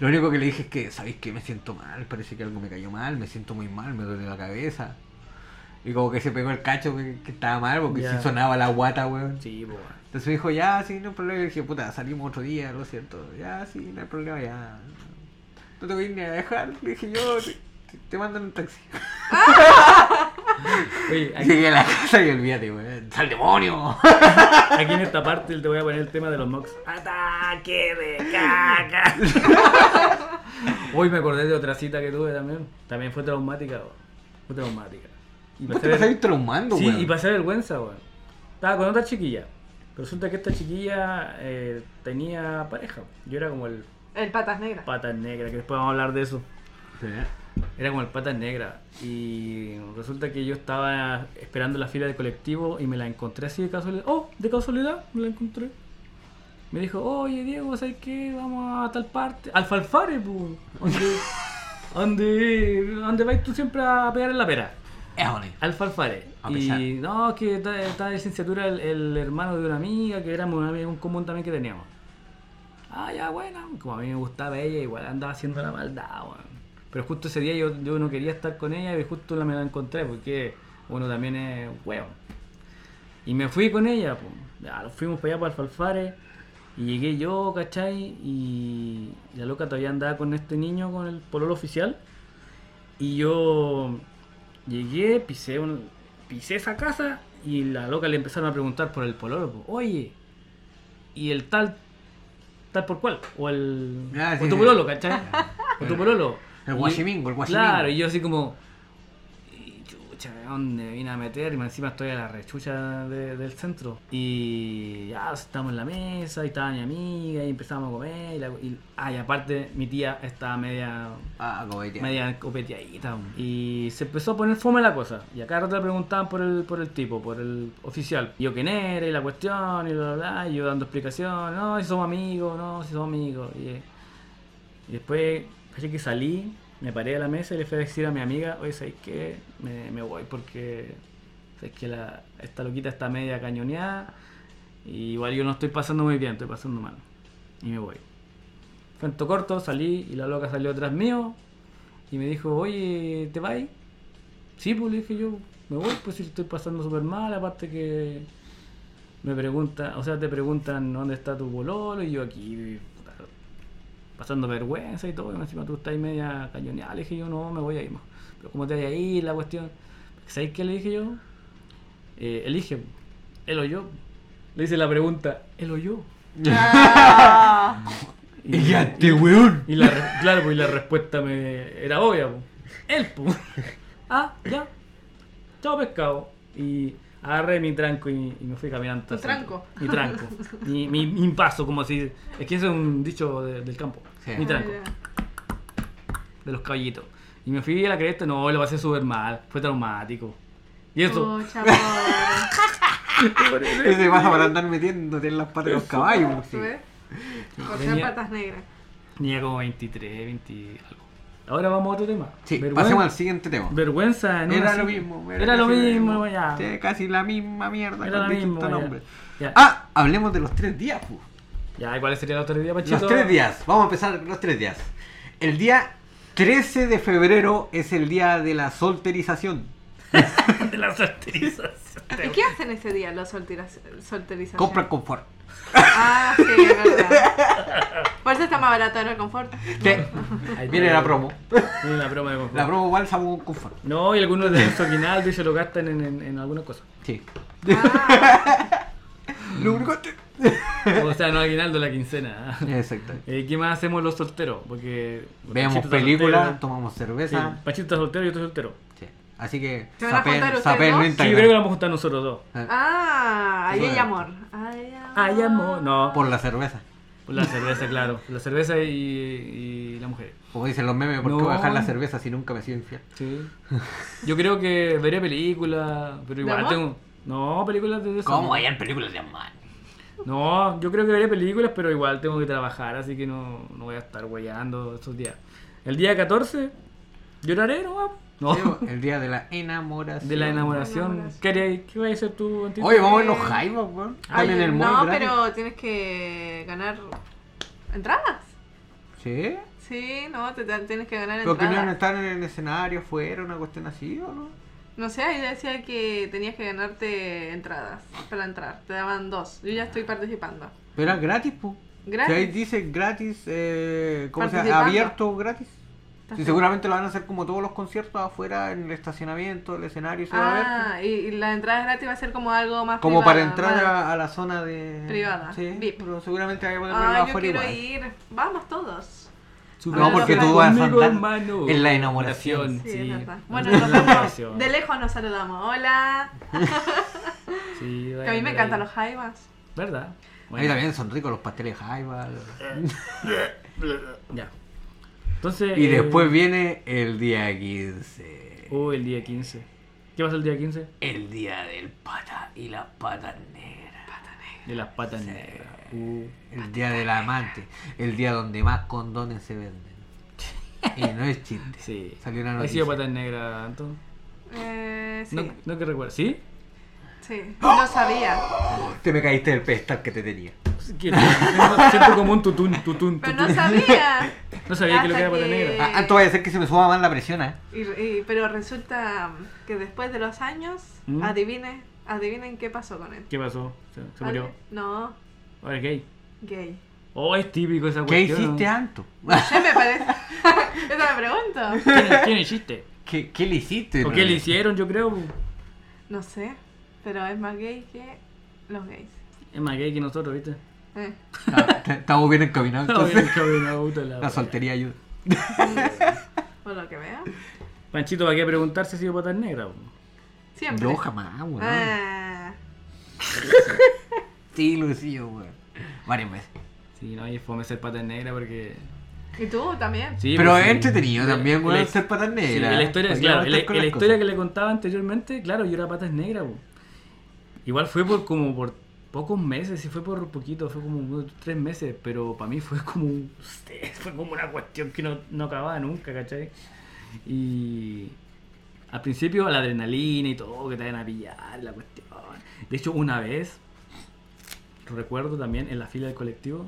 Speaker 1: Lo único que le dije es que, ¿sabéis que Me siento mal, parece que algo me cayó mal, me siento muy mal, me duele la cabeza. Y como que se pegó el cacho que, que estaba mal, porque
Speaker 3: Ya.
Speaker 1: sí sonaba la guata, weón.
Speaker 3: Sí, po, weón.
Speaker 1: Entonces me dijo, ya, sí, no hay problema. Y le dije, puta, salimos otro día, lo siento. Ya, sí, no hay problema, ya. No te voy ni a dejar. Le dije, yo, te, te- te mando en un taxi.
Speaker 3: Oye,
Speaker 1: (laughs)
Speaker 3: aquí,
Speaker 1: Llegué a la casa y olvídate, weón. ¡Sal demonio!
Speaker 3: aquí en esta parte te voy a poner el tema de los mocks. ¡Ataque de caca! (laughs) Hoy me acordé de otra cita que tuve también. También fue traumática, weón. Fue traumática. Y
Speaker 1: Vos (laughs)
Speaker 3: pasé
Speaker 1: te vas a
Speaker 3: ver-
Speaker 1: ir traumando,
Speaker 3: Sí,
Speaker 1: weón.
Speaker 3: y pasé vergüenza, weón. Estaba con otra chiquilla. Resulta que esta chiquilla eh, tenía pareja. Yo era como el
Speaker 7: El patas negras.
Speaker 3: patas negra, que después vamos a hablar de eso.
Speaker 1: Sí.
Speaker 3: Era como el patas negra. Y resulta que yo estaba esperando la fila del colectivo y me la encontré así de casualidad. ¡Oh! De casualidad me la encontré. Me dijo, oye Diego, ¿sabes qué? Vamos a tal parte. (laughs) Alfalfare, pues. Donde, donde, donde vais tú siempre a pegar en la pera.
Speaker 1: Ebony.
Speaker 3: Alfalfare.
Speaker 1: A pesar.
Speaker 3: Y no, es que está, está de licenciatura el, el hermano de una amiga, que éramos un amigo en común también que teníamos. Ah, ya, bueno. Como a mí me gustaba ella, igual andaba haciendo la maldad, weón. Pero justo ese día yo, yo no quería estar con ella y justo la me la encontré, porque uno también es weón. Y me fui con ella, pues. Ya, nos fuimos para allá, para Alfalfare. Y llegué yo, ¿cachai? Y la loca todavía andaba con este niño, con el pololo oficial. Y yo llegué, pisé, un- pisé esa casa y la loca le empezaron a preguntar por el pololo. po. Oye, ¿y el tal, tal por cual? ¿O el
Speaker 1: Ah,
Speaker 3: o
Speaker 1: sí, sí.
Speaker 3: tu
Speaker 1: Ah,
Speaker 3: pololo, cachai? ¿O tu pololo?
Speaker 1: El
Speaker 3: Y-
Speaker 1: guachimingo, el guachimingo.
Speaker 3: Claro, y yo así como... y Chucha, ¿a ¿dónde me vine a meter? Y más encima estoy a la rechucha de- del centro. Y ya estamos en la mesa, y estaba mi amiga, y empezamos a comer. Y, la- y- ah, y aparte, mi tía estaba media
Speaker 1: Ah, comedia.
Speaker 3: media copeteadita. Y se empezó a poner fome la cosa. Y acá rato le preguntaban por el, por el tipo, por el oficial. Y yo quién era, y la cuestión, y bla, bla, bla. Y yo dando explicación, no, si somos amigos, no, si somos amigos. Y, eh, y después, parece que salí, me paré a la mesa y le fui a decir a mi amiga, oye, ¿sabes qué? Me, me voy porque es que la, esta loquita está media cañoneada. Y igual yo no estoy pasando muy bien, estoy pasando mal. Y me voy. Cuento corto, salí y la loca salió atrás mío, y me dijo, oye, ¿te vas? Sí, pues le dije yo, me voy, pues si estoy pasando súper mal, aparte que me preguntan, o sea, te preguntan dónde está tu bololo y yo aquí puta, pasando vergüenza y todo, y encima tú estás ahí media cañoneada, le dije yo, no, me voy a ir, más. pero ¿cómo te vas a ir? La cuestión, ¿sabes qué le dije yo? Eh, elige, él o yo, le hice la pregunta, él o yo.
Speaker 7: Ah,
Speaker 1: Y (laughs) ya, este weón.
Speaker 3: Y la, re- claro, pues, y la respuesta me era obvia, po. Él, po. (laughs) Ah, ya. Chao pescado. Y agarré mi tranco y, y me fui caminando.
Speaker 7: Tu
Speaker 3: así.
Speaker 7: tranco.
Speaker 3: Mi tranco. Mi, mi, mi paso, como así. Es que ese es un dicho de- del campo.
Speaker 1: Sí.
Speaker 3: Mi tranco.
Speaker 7: Ah,
Speaker 3: De los caballitos. Y me fui a la cresta, no, lo pasé súper mal. Fue traumático. Y eso.
Speaker 7: Pucha, pobre.
Speaker 3: (laughs)
Speaker 1: Ese pasa para andar metiéndote en las patas de los caballos. sí.
Speaker 7: ¿Ves? Por ser
Speaker 3: Tenía-
Speaker 7: patas negras.
Speaker 3: Tenía como 23, 20 algo. Ahora vamos a otro tema.
Speaker 1: Sí,
Speaker 3: Vergüen-
Speaker 1: pasemos al siguiente tema.
Speaker 3: Vergüenza en una
Speaker 1: Era lo
Speaker 3: cita.
Speaker 1: mismo.
Speaker 3: Era, lo
Speaker 1: casi
Speaker 3: mismo, ya.
Speaker 1: Sí, casi la misma mierda.
Speaker 3: Era
Speaker 1: con
Speaker 3: lo mismo.
Speaker 1: distinto
Speaker 3: ya.
Speaker 1: nombre.
Speaker 3: Ya.
Speaker 1: Ah, hablemos de los tres días. pu.
Speaker 3: Ya, ¿y cuáles serían los tres días, Pachito?
Speaker 1: Los tres días. Vamos a empezar los tres días. El día 13 de febrero es el día de la solterización.
Speaker 3: (laughs) de las actrices.
Speaker 7: ¿Y qué hacen ese día los solteras, solterizaciones?
Speaker 1: Compran confort.
Speaker 7: Ah, sí, es verdad. Por eso está más barato ahora el confort.
Speaker 1: Sí. Viene la promo.
Speaker 3: Viene la broma de confort.
Speaker 1: La promo balsa con confort.
Speaker 3: No, y algunos de Enzo Guinaldo y se lo gastan en, en, en algunas cosas.
Speaker 1: Sí.
Speaker 7: Ah,
Speaker 1: Lubricante.
Speaker 3: O sea, no Aguinaldo, la quincena. (laughs) ¿ah?
Speaker 1: Exacto.
Speaker 3: Eh, ¿Qué más hacemos los solteros? Porque.
Speaker 1: Vemos
Speaker 3: Pachito está
Speaker 1: películas,
Speaker 3: soltero.
Speaker 1: tomamos
Speaker 3: Sí,
Speaker 1: cerveza.
Speaker 3: Pachito está soltero y yo estoy soltero.
Speaker 1: Sí. Así que,
Speaker 7: ¿Se van a
Speaker 1: sapeen-
Speaker 7: juntar ustedes
Speaker 1: sapeen
Speaker 7: dos?
Speaker 1: no
Speaker 3: Sí,
Speaker 7: Sí,
Speaker 3: yo
Speaker 1: Instagram.
Speaker 3: creo que la vamos a juntar nosotros dos.
Speaker 7: ah ahí hay amor. Ay,
Speaker 3: Ay, amor. No, por
Speaker 1: Por la cerveza.
Speaker 3: la cerveza, claro. La cerveza y, y la mujer.
Speaker 1: Como dicen los memes, ¿por qué voy a
Speaker 3: No.
Speaker 1: dejar la cerveza si nunca me he sido infiel?
Speaker 3: Sí. Yo creo que veré películas, pero igual
Speaker 7: amor?
Speaker 3: tengo. No, películas de eso.
Speaker 1: ¿Cómo hayan películas de amor?
Speaker 3: No, yo creo que veré películas, pero igual tengo que trabajar, así que no, no voy a estar hueando estos días. El día 14, lloraré, no No,
Speaker 1: El día de la enamoración.
Speaker 3: de la enamoración.
Speaker 7: Enamoración.
Speaker 3: ¿Qué, haría- qué va a hacer tú, Antito?
Speaker 1: Oye, vamos a ver los jaivos, weón.
Speaker 7: Ay,
Speaker 1: Están en el
Speaker 7: no,
Speaker 1: mall gratis.
Speaker 7: pero tienes que ganar entradas.
Speaker 1: ¿Sí?
Speaker 7: Sí, no, te, te- tienes que ganar
Speaker 1: ¿Pero que no iban a
Speaker 7: entradas.
Speaker 1: estar en el escenario, fuera, una cuestión así o no?
Speaker 7: No sé, ahí decía que tenías que ganarte entradas para entrar. Te daban dos. Yo ya estoy participando.
Speaker 1: Pero era gratis, po.
Speaker 7: Gratis.
Speaker 1: Si ahí dice gratis, eh, ¿cómo se llama?
Speaker 7: Participando.
Speaker 1: Abierto gratis.
Speaker 7: ¿Estás
Speaker 1: Sí, seguramente lo van a hacer como todos los conciertos afuera, en el estacionamiento, el escenario, se va a ver.
Speaker 7: Ah, y, y la entrada gratis va a ser como algo más
Speaker 1: Como para
Speaker 7: privado,
Speaker 1: entrar
Speaker 7: más-
Speaker 1: a, a la zona de...
Speaker 7: Privada,
Speaker 1: Sí,
Speaker 7: VIP.
Speaker 1: pero seguramente hay que ponerlo
Speaker 7: Ah, yo
Speaker 1: afuera
Speaker 7: quiero
Speaker 1: igual.
Speaker 7: ir. Ah, Vamos todos.
Speaker 3: Sube
Speaker 1: No,
Speaker 3: la
Speaker 1: porque
Speaker 3: foto
Speaker 1: tú vas a
Speaker 3: conmigo,
Speaker 1: andar
Speaker 3: hermano.
Speaker 1: en la enamoración.
Speaker 7: Sí, es verdad.
Speaker 3: Sí.
Speaker 7: Bueno,
Speaker 3: En la
Speaker 7: nos vemos.
Speaker 3: enamoración.
Speaker 7: De lejos nos saludamos. Hola.
Speaker 3: Sí,
Speaker 7: Que a mí me encantan los jaivas.
Speaker 3: ¿Verdad?
Speaker 1: A mí también son ricos los pasteles de jaiba.
Speaker 3: Ya. Entonces.
Speaker 1: Y
Speaker 3: eh,
Speaker 1: después viene el día 15.
Speaker 3: Oh, el día 15. ¿Qué pasa el día 15?
Speaker 1: El día del pata y las patas negras.
Speaker 3: De las patas negras. Uh.
Speaker 1: El día del amante. El día donde más condones se venden. Y no es chiste.
Speaker 3: Sí.
Speaker 1: Salió una
Speaker 3: ¿Has
Speaker 1: noticia.
Speaker 3: sido patas negras, Anton?
Speaker 7: Eh, sí,
Speaker 3: No, no que recuerdo. ¿Sí?
Speaker 7: sí. No sabía.
Speaker 1: Te me caíste del pedestal que te tenía.
Speaker 3: Que- me Siento como un tutún, tutún, tutún.
Speaker 7: Pero
Speaker 3: (laughs)
Speaker 7: no sabía.
Speaker 3: No sabía que lo que era
Speaker 7: Hasta
Speaker 3: pata
Speaker 7: que-
Speaker 3: negra.
Speaker 1: Ah, ah, tú vaya a ser que se me suba más la presión, ¿eh?
Speaker 7: Y, y- pero resulta que después de los años,
Speaker 3: ¿Mm?
Speaker 7: adivinen, adivinen qué pasó con él.
Speaker 3: ¿Qué pasó? Se, se murió.
Speaker 7: Adivinen- No,
Speaker 3: Ahora es gay.
Speaker 7: gay.
Speaker 3: Oh, es típico esa
Speaker 1: ¿Qué
Speaker 3: cuestión.
Speaker 1: hiciste, ah? Anto?
Speaker 7: ¿Qué me parece? (laughs) Yo te lo pregunto.
Speaker 3: ¿Quién, quién hiciste?
Speaker 1: ¿Qué, qué le hiciste?
Speaker 3: ¿O
Speaker 1: no?
Speaker 3: qué le hicieron? Yo creo. pues.
Speaker 7: No sé, pero es más gay que los gays.
Speaker 3: Es más gay que
Speaker 1: (laughs)
Speaker 3: nosotros, ¿viste?
Speaker 7: Eh.
Speaker 1: Ah, t- Estamos bien encaminados,
Speaker 3: No,
Speaker 1: entonces.
Speaker 3: bien, (laughs) cabrón, la puta la
Speaker 1: La
Speaker 3: wea.
Speaker 1: soltería ayuda.
Speaker 7: Por lo que veo.
Speaker 3: Panchito, ¿para qué preguntar si ha sido pues? patas negras? po?
Speaker 7: Siempre.
Speaker 1: No, jamás, weón.
Speaker 7: Ah,
Speaker 1: Sí, lo he sido, weón. Varias veces.
Speaker 3: Sí, no, y es fome ser patas negras porque.
Speaker 7: y tú también.
Speaker 3: Sí,
Speaker 1: Pero
Speaker 3: pues,
Speaker 1: es
Speaker 3: sí.
Speaker 1: entretenido
Speaker 3: La-
Speaker 1: también,
Speaker 3: la-
Speaker 1: weón, ser patas
Speaker 3: Sí,
Speaker 1: negras.
Speaker 3: la historia,
Speaker 1: ¿Para qué
Speaker 3: claro,
Speaker 1: aguantar
Speaker 3: la,
Speaker 1: con
Speaker 3: la
Speaker 1: las
Speaker 3: historia que
Speaker 1: cosas?
Speaker 3: le contaba anteriormente, claro, yo era patas negras. po. Igual fue por como por pocos meses, sí fue por poquito, fue como unos tres meses, pero para mí fue como un- (laughs) fue como una cuestión que no, no acababa nunca, ¿cachai? Y al principio la adrenalina y todo, que te vayan a pillar, la cuestión. De hecho, una vez, recuerdo también en la fila del colectivo,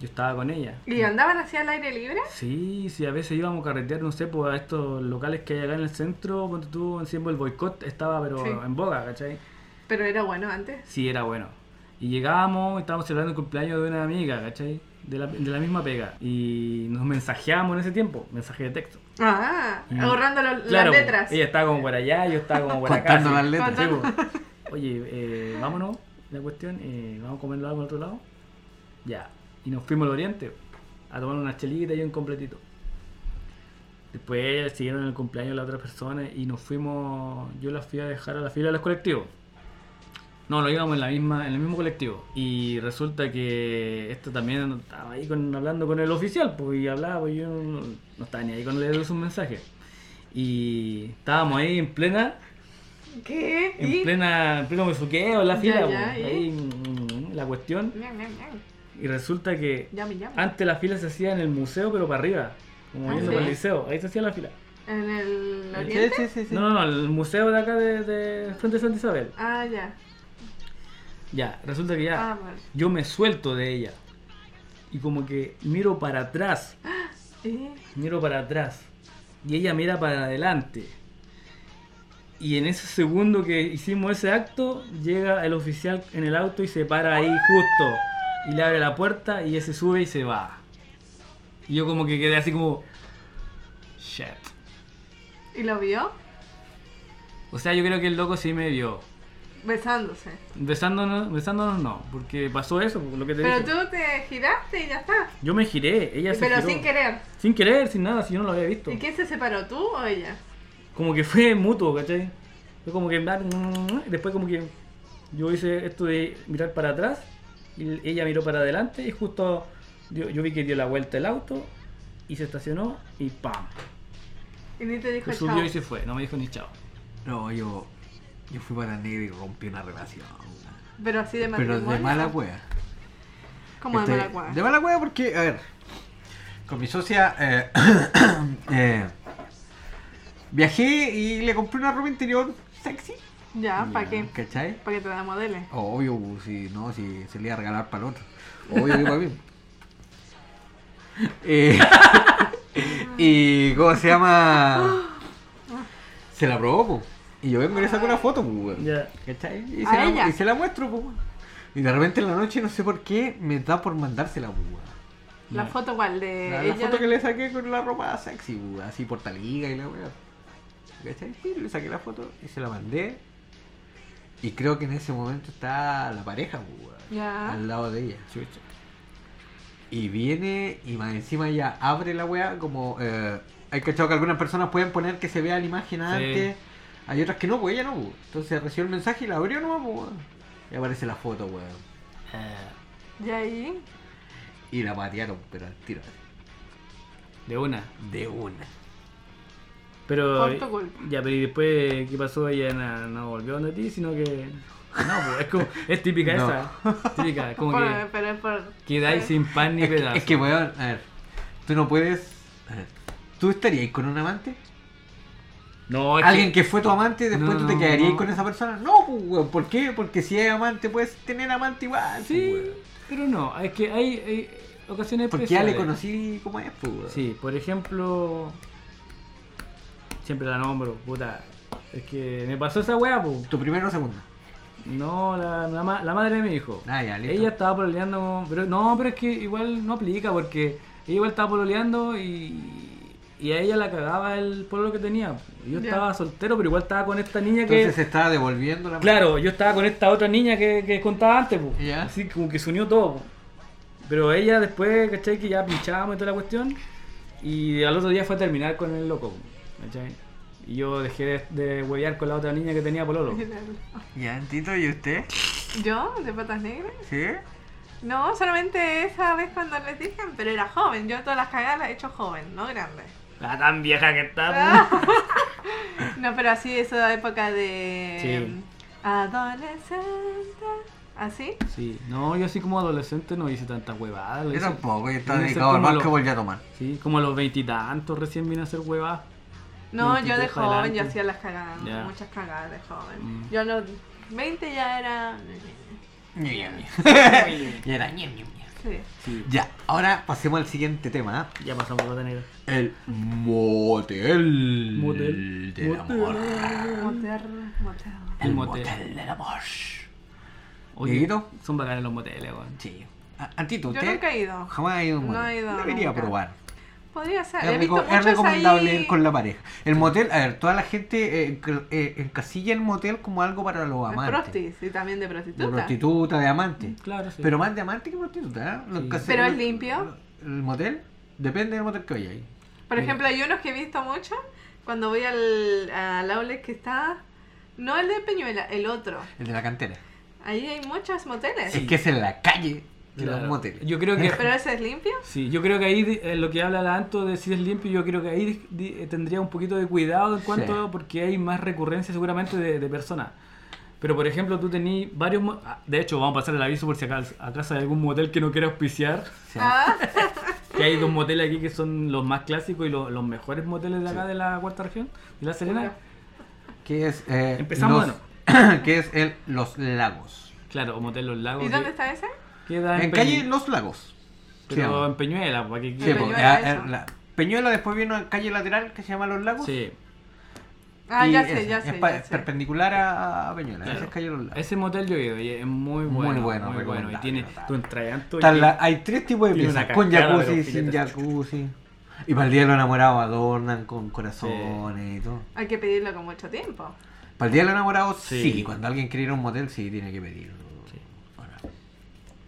Speaker 3: yo estaba con ella.
Speaker 7: ¿Y andaban así al aire libre?
Speaker 3: Sí, sí, a veces íbamos a carretear, no sé, pues a estos locales que hay acá en el centro, cuando tú encima el boicot estaba pero
Speaker 7: Sí.
Speaker 3: en boga, ¿cachai?
Speaker 7: Pero era bueno antes.
Speaker 3: Sí, era bueno. Y llegábamos, estábamos celebrando el cumpleaños de una amiga, ¿cachai? De la, de la misma pega. Y nos mensajeábamos en ese tiempo, mensaje de texto.
Speaker 7: Ah,
Speaker 3: Mm.
Speaker 7: ahorrando lo-
Speaker 3: Claro,
Speaker 7: las
Speaker 3: pues,
Speaker 7: letras.
Speaker 3: ella estaba como por allá, yo estaba como por acá.
Speaker 1: Contando
Speaker 3: así.
Speaker 1: las letras.
Speaker 3: Sí, pues. Oye, eh, vámonos, la cuestión, eh, vamos a comerlo algo al otro lado. Ya. Y nos fuimos al oriente a tomar una chelita y un completito. Después siguieron el cumpleaños de la otra persona y nos fuimos. Yo la fui a dejar a la fila de los colectivos. No, lo íbamos en la misma, en el mismo colectivo. Y resulta que esto también estaba ahí con, hablando con el oficial, pues y hablaba, pues yo no, no estaba ni ahí con leer sus mensajes. Y estábamos ahí en plena
Speaker 7: ¿Qué?
Speaker 3: en
Speaker 7: ¿Y?
Speaker 3: plena en pleno besuqueo en la
Speaker 7: Ya,
Speaker 3: fila
Speaker 7: ya,
Speaker 3: po.
Speaker 7: ¿y?
Speaker 3: ahí mm, mm, la cuestión
Speaker 7: Miau, miau, miau.
Speaker 3: y resulta que
Speaker 7: Llame, llame.
Speaker 3: antes la fila se hacía en el museo pero para arriba como
Speaker 7: Ah,
Speaker 3: yendo
Speaker 7: ¿sí?
Speaker 3: para el liceo ahí se hacía la fila
Speaker 7: ¿En el
Speaker 3: Sí,
Speaker 7: oriente?
Speaker 1: Sí, sí, sí.
Speaker 3: no no no el museo de acá de, de frente a Santa Isabel
Speaker 7: Ah, ya.
Speaker 3: ya resulta que ya
Speaker 7: Ah, bueno.
Speaker 3: yo me suelto de ella y como que miro para atrás
Speaker 7: ¿Y?
Speaker 3: miro para atrás y ella mira para adelante. Y en ese segundo que hicimos ese acto, llega el oficial en el auto y se para ahí justo. Y le abre la puerta y ella se sube y se va. Y yo como que quedé así como... Shit.
Speaker 7: ¿Y lo vio?
Speaker 3: O sea, yo creo que el loco sí me vio.
Speaker 7: Besándose.
Speaker 3: Besándonos, besándonos no, porque pasó eso, por lo que te
Speaker 7: Pero
Speaker 3: dije.
Speaker 7: tú te giraste y ya está.
Speaker 3: Yo me giré, ella se
Speaker 7: Pero
Speaker 3: giró.
Speaker 7: sin querer.
Speaker 3: Sin querer, sin nada, si yo no lo había visto.
Speaker 7: ¿Y quién se separó? ¿Tú o ella?
Speaker 3: como que fue mutuo, ¿cachai? Fue como que mirar, mm, después como que yo hice esto de mirar para atrás y ella miró para adelante y justo yo, yo vi que dio la vuelta el auto y se estacionó y ¡pam!
Speaker 7: Y ni te dijo
Speaker 3: Se
Speaker 7: chao.
Speaker 3: Pues subió y se fue, no me dijo ni chao.
Speaker 1: No, yo. Yo fui para negra y rompí una relación, weón.
Speaker 7: Pero así de
Speaker 1: Pero
Speaker 7: matrimonio.
Speaker 1: de mala wea.
Speaker 7: Como de
Speaker 1: Este,
Speaker 7: mala cuadra.
Speaker 1: De mala hueá porque, a ver, con mi socia eh, (coughs) eh, viajé y le compré una ropa interior sexy.
Speaker 7: Ya, ¿para Ah, qué?
Speaker 1: ¿Cachai?
Speaker 7: Para que te la modele.
Speaker 1: Obvio, si no, si se le iba a regalar para el otro. Obvio que para mí. Eh, (laughs) y cómo se llama. Se la probó, po. Y yo vengo y le saco una foto, po, weón.
Speaker 3: Ya.
Speaker 1: ¿Cachai? Y
Speaker 7: ¿A
Speaker 1: se, la,
Speaker 7: ella?
Speaker 1: y se la muestro, po. weón. Y de repente en la noche, no sé por qué, me da por mandársela, po, weón.
Speaker 7: La
Speaker 3: Ya.
Speaker 7: foto igual de
Speaker 1: La, la
Speaker 7: Eh, ella.
Speaker 1: foto que le saqué con la ropa sexy, bu, así portaliga y la weá. ¿Cachai? Y le saqué la foto y se la mandé. Y creo que en ese momento está la pareja, bu,
Speaker 7: Ya.
Speaker 1: al lado de ella. Y viene y más encima ya abre la weá como... eh, hay cachado que algunas personas pueden poner que se vea la imagen antes. Hay otras que no, pues ella no. bu. Entonces recibió el mensaje y la abrió nomás, pues. Y aparece la foto, weón.
Speaker 3: Eh,
Speaker 7: Y ahí.
Speaker 1: Y la patearon, pero al tiro.
Speaker 3: de una.
Speaker 1: De una.
Speaker 3: Pero...
Speaker 7: Por tu culpa.
Speaker 3: Ya, pero y después, ¿qué pasó? Ella na- no, volvió donde ti, sino que... No, pues es como... Es típica
Speaker 1: No.
Speaker 3: esa. Típica, es como
Speaker 7: (laughs) Por-
Speaker 3: que...
Speaker 7: Pero es por. (laughs)
Speaker 3: Quedáis sin pan ni
Speaker 1: Es que,
Speaker 3: pedazo.
Speaker 1: es que, weón, a ver, tú no puedes. a ver, ¿Tú estarías con un amante?
Speaker 3: No, es
Speaker 1: Alguien
Speaker 3: que...
Speaker 1: que fue tu amante y después tú te
Speaker 3: No.
Speaker 1: quedarías con esa persona. No, pues, weón, ¿por qué? Porque si es amante puedes tener amante igual. pues,
Speaker 3: Sí,
Speaker 1: weón.
Speaker 3: pero no, es que hay, hay ocasiones
Speaker 1: Porque ya
Speaker 3: especiales.
Speaker 1: le conocí como es, pues, weón.
Speaker 3: Sí, por ejemplo. Siempre la nombro, puta. Es que me pasó esa wea, po.
Speaker 1: Tu primero o segundo.
Speaker 3: No, la, la, ma- la madre de mi hijo.
Speaker 1: Ah, ya, listo.
Speaker 3: Ella estaba pololeando con- Pero, no, pero es que igual no aplica porque ella igual estaba pololeando y, y a ella la cagaba el pololo que tenía. Yo
Speaker 7: Ya.
Speaker 3: estaba soltero, pero igual estaba con esta niña que...
Speaker 1: Entonces se estaba devolviendo la
Speaker 3: Claro, yo estaba con esta otra niña que, que contaba antes, po.
Speaker 1: Ya.
Speaker 3: así como que se unió todo. po. Pero ella después, ¿cachai? Que ya pinchábamos y toda la cuestión. Y al otro día fue a terminar con el loco, po, ¿cachai? Y yo dejé de, de huevear con la otra niña que tenía
Speaker 1: (laughs)
Speaker 3: pololo.
Speaker 1: Ya, Tito, ¿y usted?
Speaker 7: ¿Yo? ¿De patas negras?
Speaker 1: ¿Sí?
Speaker 7: No, solamente esa vez cuando les dije, pero era joven. Yo todas las cagadas las he hecho joven, no grande.
Speaker 3: La tan vieja que está. pues. po.
Speaker 7: (laughs) No, pero así esa época de em,
Speaker 3: Sí.
Speaker 7: adolescente. ¿Así?
Speaker 3: Sí, no, yo así como adolescente no hice tantas huevadas. lo
Speaker 1: Yo
Speaker 3: hice-
Speaker 1: tampoco, yo estaba
Speaker 3: Tiene que ser
Speaker 1: dedicado al
Speaker 3: como lo-
Speaker 1: básquetbol ya a tomar.
Speaker 3: Sí, como a los veintitantos recién vine a hacer huevadas.
Speaker 1: (laughs)
Speaker 7: No, yo de
Speaker 3: 22 para
Speaker 7: joven yo
Speaker 3: adelante.
Speaker 7: hacía las cagadas,
Speaker 3: Ya.
Speaker 7: muchas cagadas de joven.
Speaker 3: Mm.
Speaker 7: Yo a los 20 ya era...
Speaker 1: Ya era.
Speaker 7: Sí.
Speaker 3: Sí,
Speaker 1: Ya, ahora pasemos al siguiente tema. ¿eh?
Speaker 3: ya pasamos la negra.
Speaker 1: El motel,
Speaker 3: Motel.
Speaker 1: del
Speaker 3: Motel.
Speaker 1: amor.
Speaker 7: Motel, motel.
Speaker 1: El
Speaker 3: El motel.
Speaker 1: motel. del amor.
Speaker 3: Oye,
Speaker 1: ¿Dieguito?
Speaker 3: son bacanes los moteles, weón.
Speaker 1: Sí. A- Antito,
Speaker 7: Yo
Speaker 1: ¿usted?
Speaker 7: nunca he ido.
Speaker 1: Jamás ha ido a un
Speaker 7: No he
Speaker 1: motel.
Speaker 7: ido
Speaker 1: Debería
Speaker 7: nunca.
Speaker 1: probar.
Speaker 7: Podría ser. He
Speaker 1: Es,
Speaker 7: visto
Speaker 1: reco- es
Speaker 7: muchos
Speaker 1: recomendable
Speaker 7: ahí...
Speaker 1: ir con la pareja. El motel, a ver, toda la gente eh, cl- eh, encasilla el motel como algo para los
Speaker 7: las
Speaker 1: amantes.
Speaker 7: prostis y también de prostituta.
Speaker 1: De prostituta, de amante.
Speaker 3: Claro, sí.
Speaker 1: Pero más de amante que prostituta. ¿eh? Lo
Speaker 3: Sí.
Speaker 1: encasi-
Speaker 7: Mm, Pero es limpio.
Speaker 1: ¿El motel? Depende del motel que vaya ahí.
Speaker 7: Por ejemplo, hay unos que he visto mucho cuando voy al, al outlet que está... No el de Peñuela, el otro.
Speaker 1: El de la cantera.
Speaker 7: Ahí hay muchos moteles.
Speaker 1: Es que es en la calle de
Speaker 3: Claro.
Speaker 1: los moteles.
Speaker 3: Yo creo que.
Speaker 1: (laughs)
Speaker 7: ¿Pero ese es limpio?
Speaker 3: Sí, yo creo que ahí di- eh, lo que habla la Anto de si es limpio, yo creo que ahí dis- di- eh, tendría un poquito de cuidado en cuanto,
Speaker 1: Sí.
Speaker 3: porque hay más recurrencia seguramente de, de personas. Pero por ejemplo, tú tenés varios... mo- ah, De hecho, vamos a pasar el aviso por si acaso, acaso hay algún motel que no quiera auspiciar.
Speaker 1: Sí.
Speaker 7: Ah,
Speaker 3: Que hay dos moteles aquí que son los más clásicos y lo- los mejores moteles de acá de la cuarta región, de La Serena.
Speaker 1: Que es, eh,
Speaker 3: Empezamos
Speaker 1: los- (coughs) que es el Los Lagos.
Speaker 3: Claro, o motel Los Lagos.
Speaker 7: ¿Y
Speaker 3: que
Speaker 7: dónde está ese?
Speaker 3: Queda en,
Speaker 1: En
Speaker 3: Peñu-
Speaker 1: calle Los Lagos. se
Speaker 3: Pero
Speaker 1: llama.
Speaker 3: en Peñuela, para que
Speaker 1: Sí,
Speaker 7: En
Speaker 1: po,
Speaker 7: Peñuela,
Speaker 1: ya,
Speaker 7: eso.
Speaker 1: eh, la- Peñuela después vino a calle lateral que se llama Los Lagos.
Speaker 3: Sí.
Speaker 7: Ah,
Speaker 1: y
Speaker 7: ya sé,
Speaker 1: esa,
Speaker 7: ya
Speaker 1: es
Speaker 7: sé.
Speaker 1: pa-
Speaker 7: ya
Speaker 1: es
Speaker 7: sé.
Speaker 1: perpendicular a, a Peñuela.
Speaker 3: Claro.
Speaker 1: Esa es calle Los Lagos.
Speaker 3: Ese motel yo he ido y es muy
Speaker 1: Muy
Speaker 3: bueno. Muy
Speaker 1: bueno,
Speaker 3: bueno, Y tiene
Speaker 1: recomendable.
Speaker 3: tu entrayante.
Speaker 1: Están la- hay tres tipos de
Speaker 3: Tiene
Speaker 1: piezas,
Speaker 3: una
Speaker 1: con
Speaker 3: cascada,
Speaker 1: jacuzzi,
Speaker 3: pero
Speaker 1: sin
Speaker 3: filete.
Speaker 1: jacuzzi. Y para el día de los enamorados adornan con corazones y todo.
Speaker 7: Hay que pedirlo con mucho tiempo.
Speaker 1: Para el día de los enamorados, sí.
Speaker 3: Sí.
Speaker 1: Cuando alguien quiere ir a un motel, sí, tiene que pedirlo. Ahora,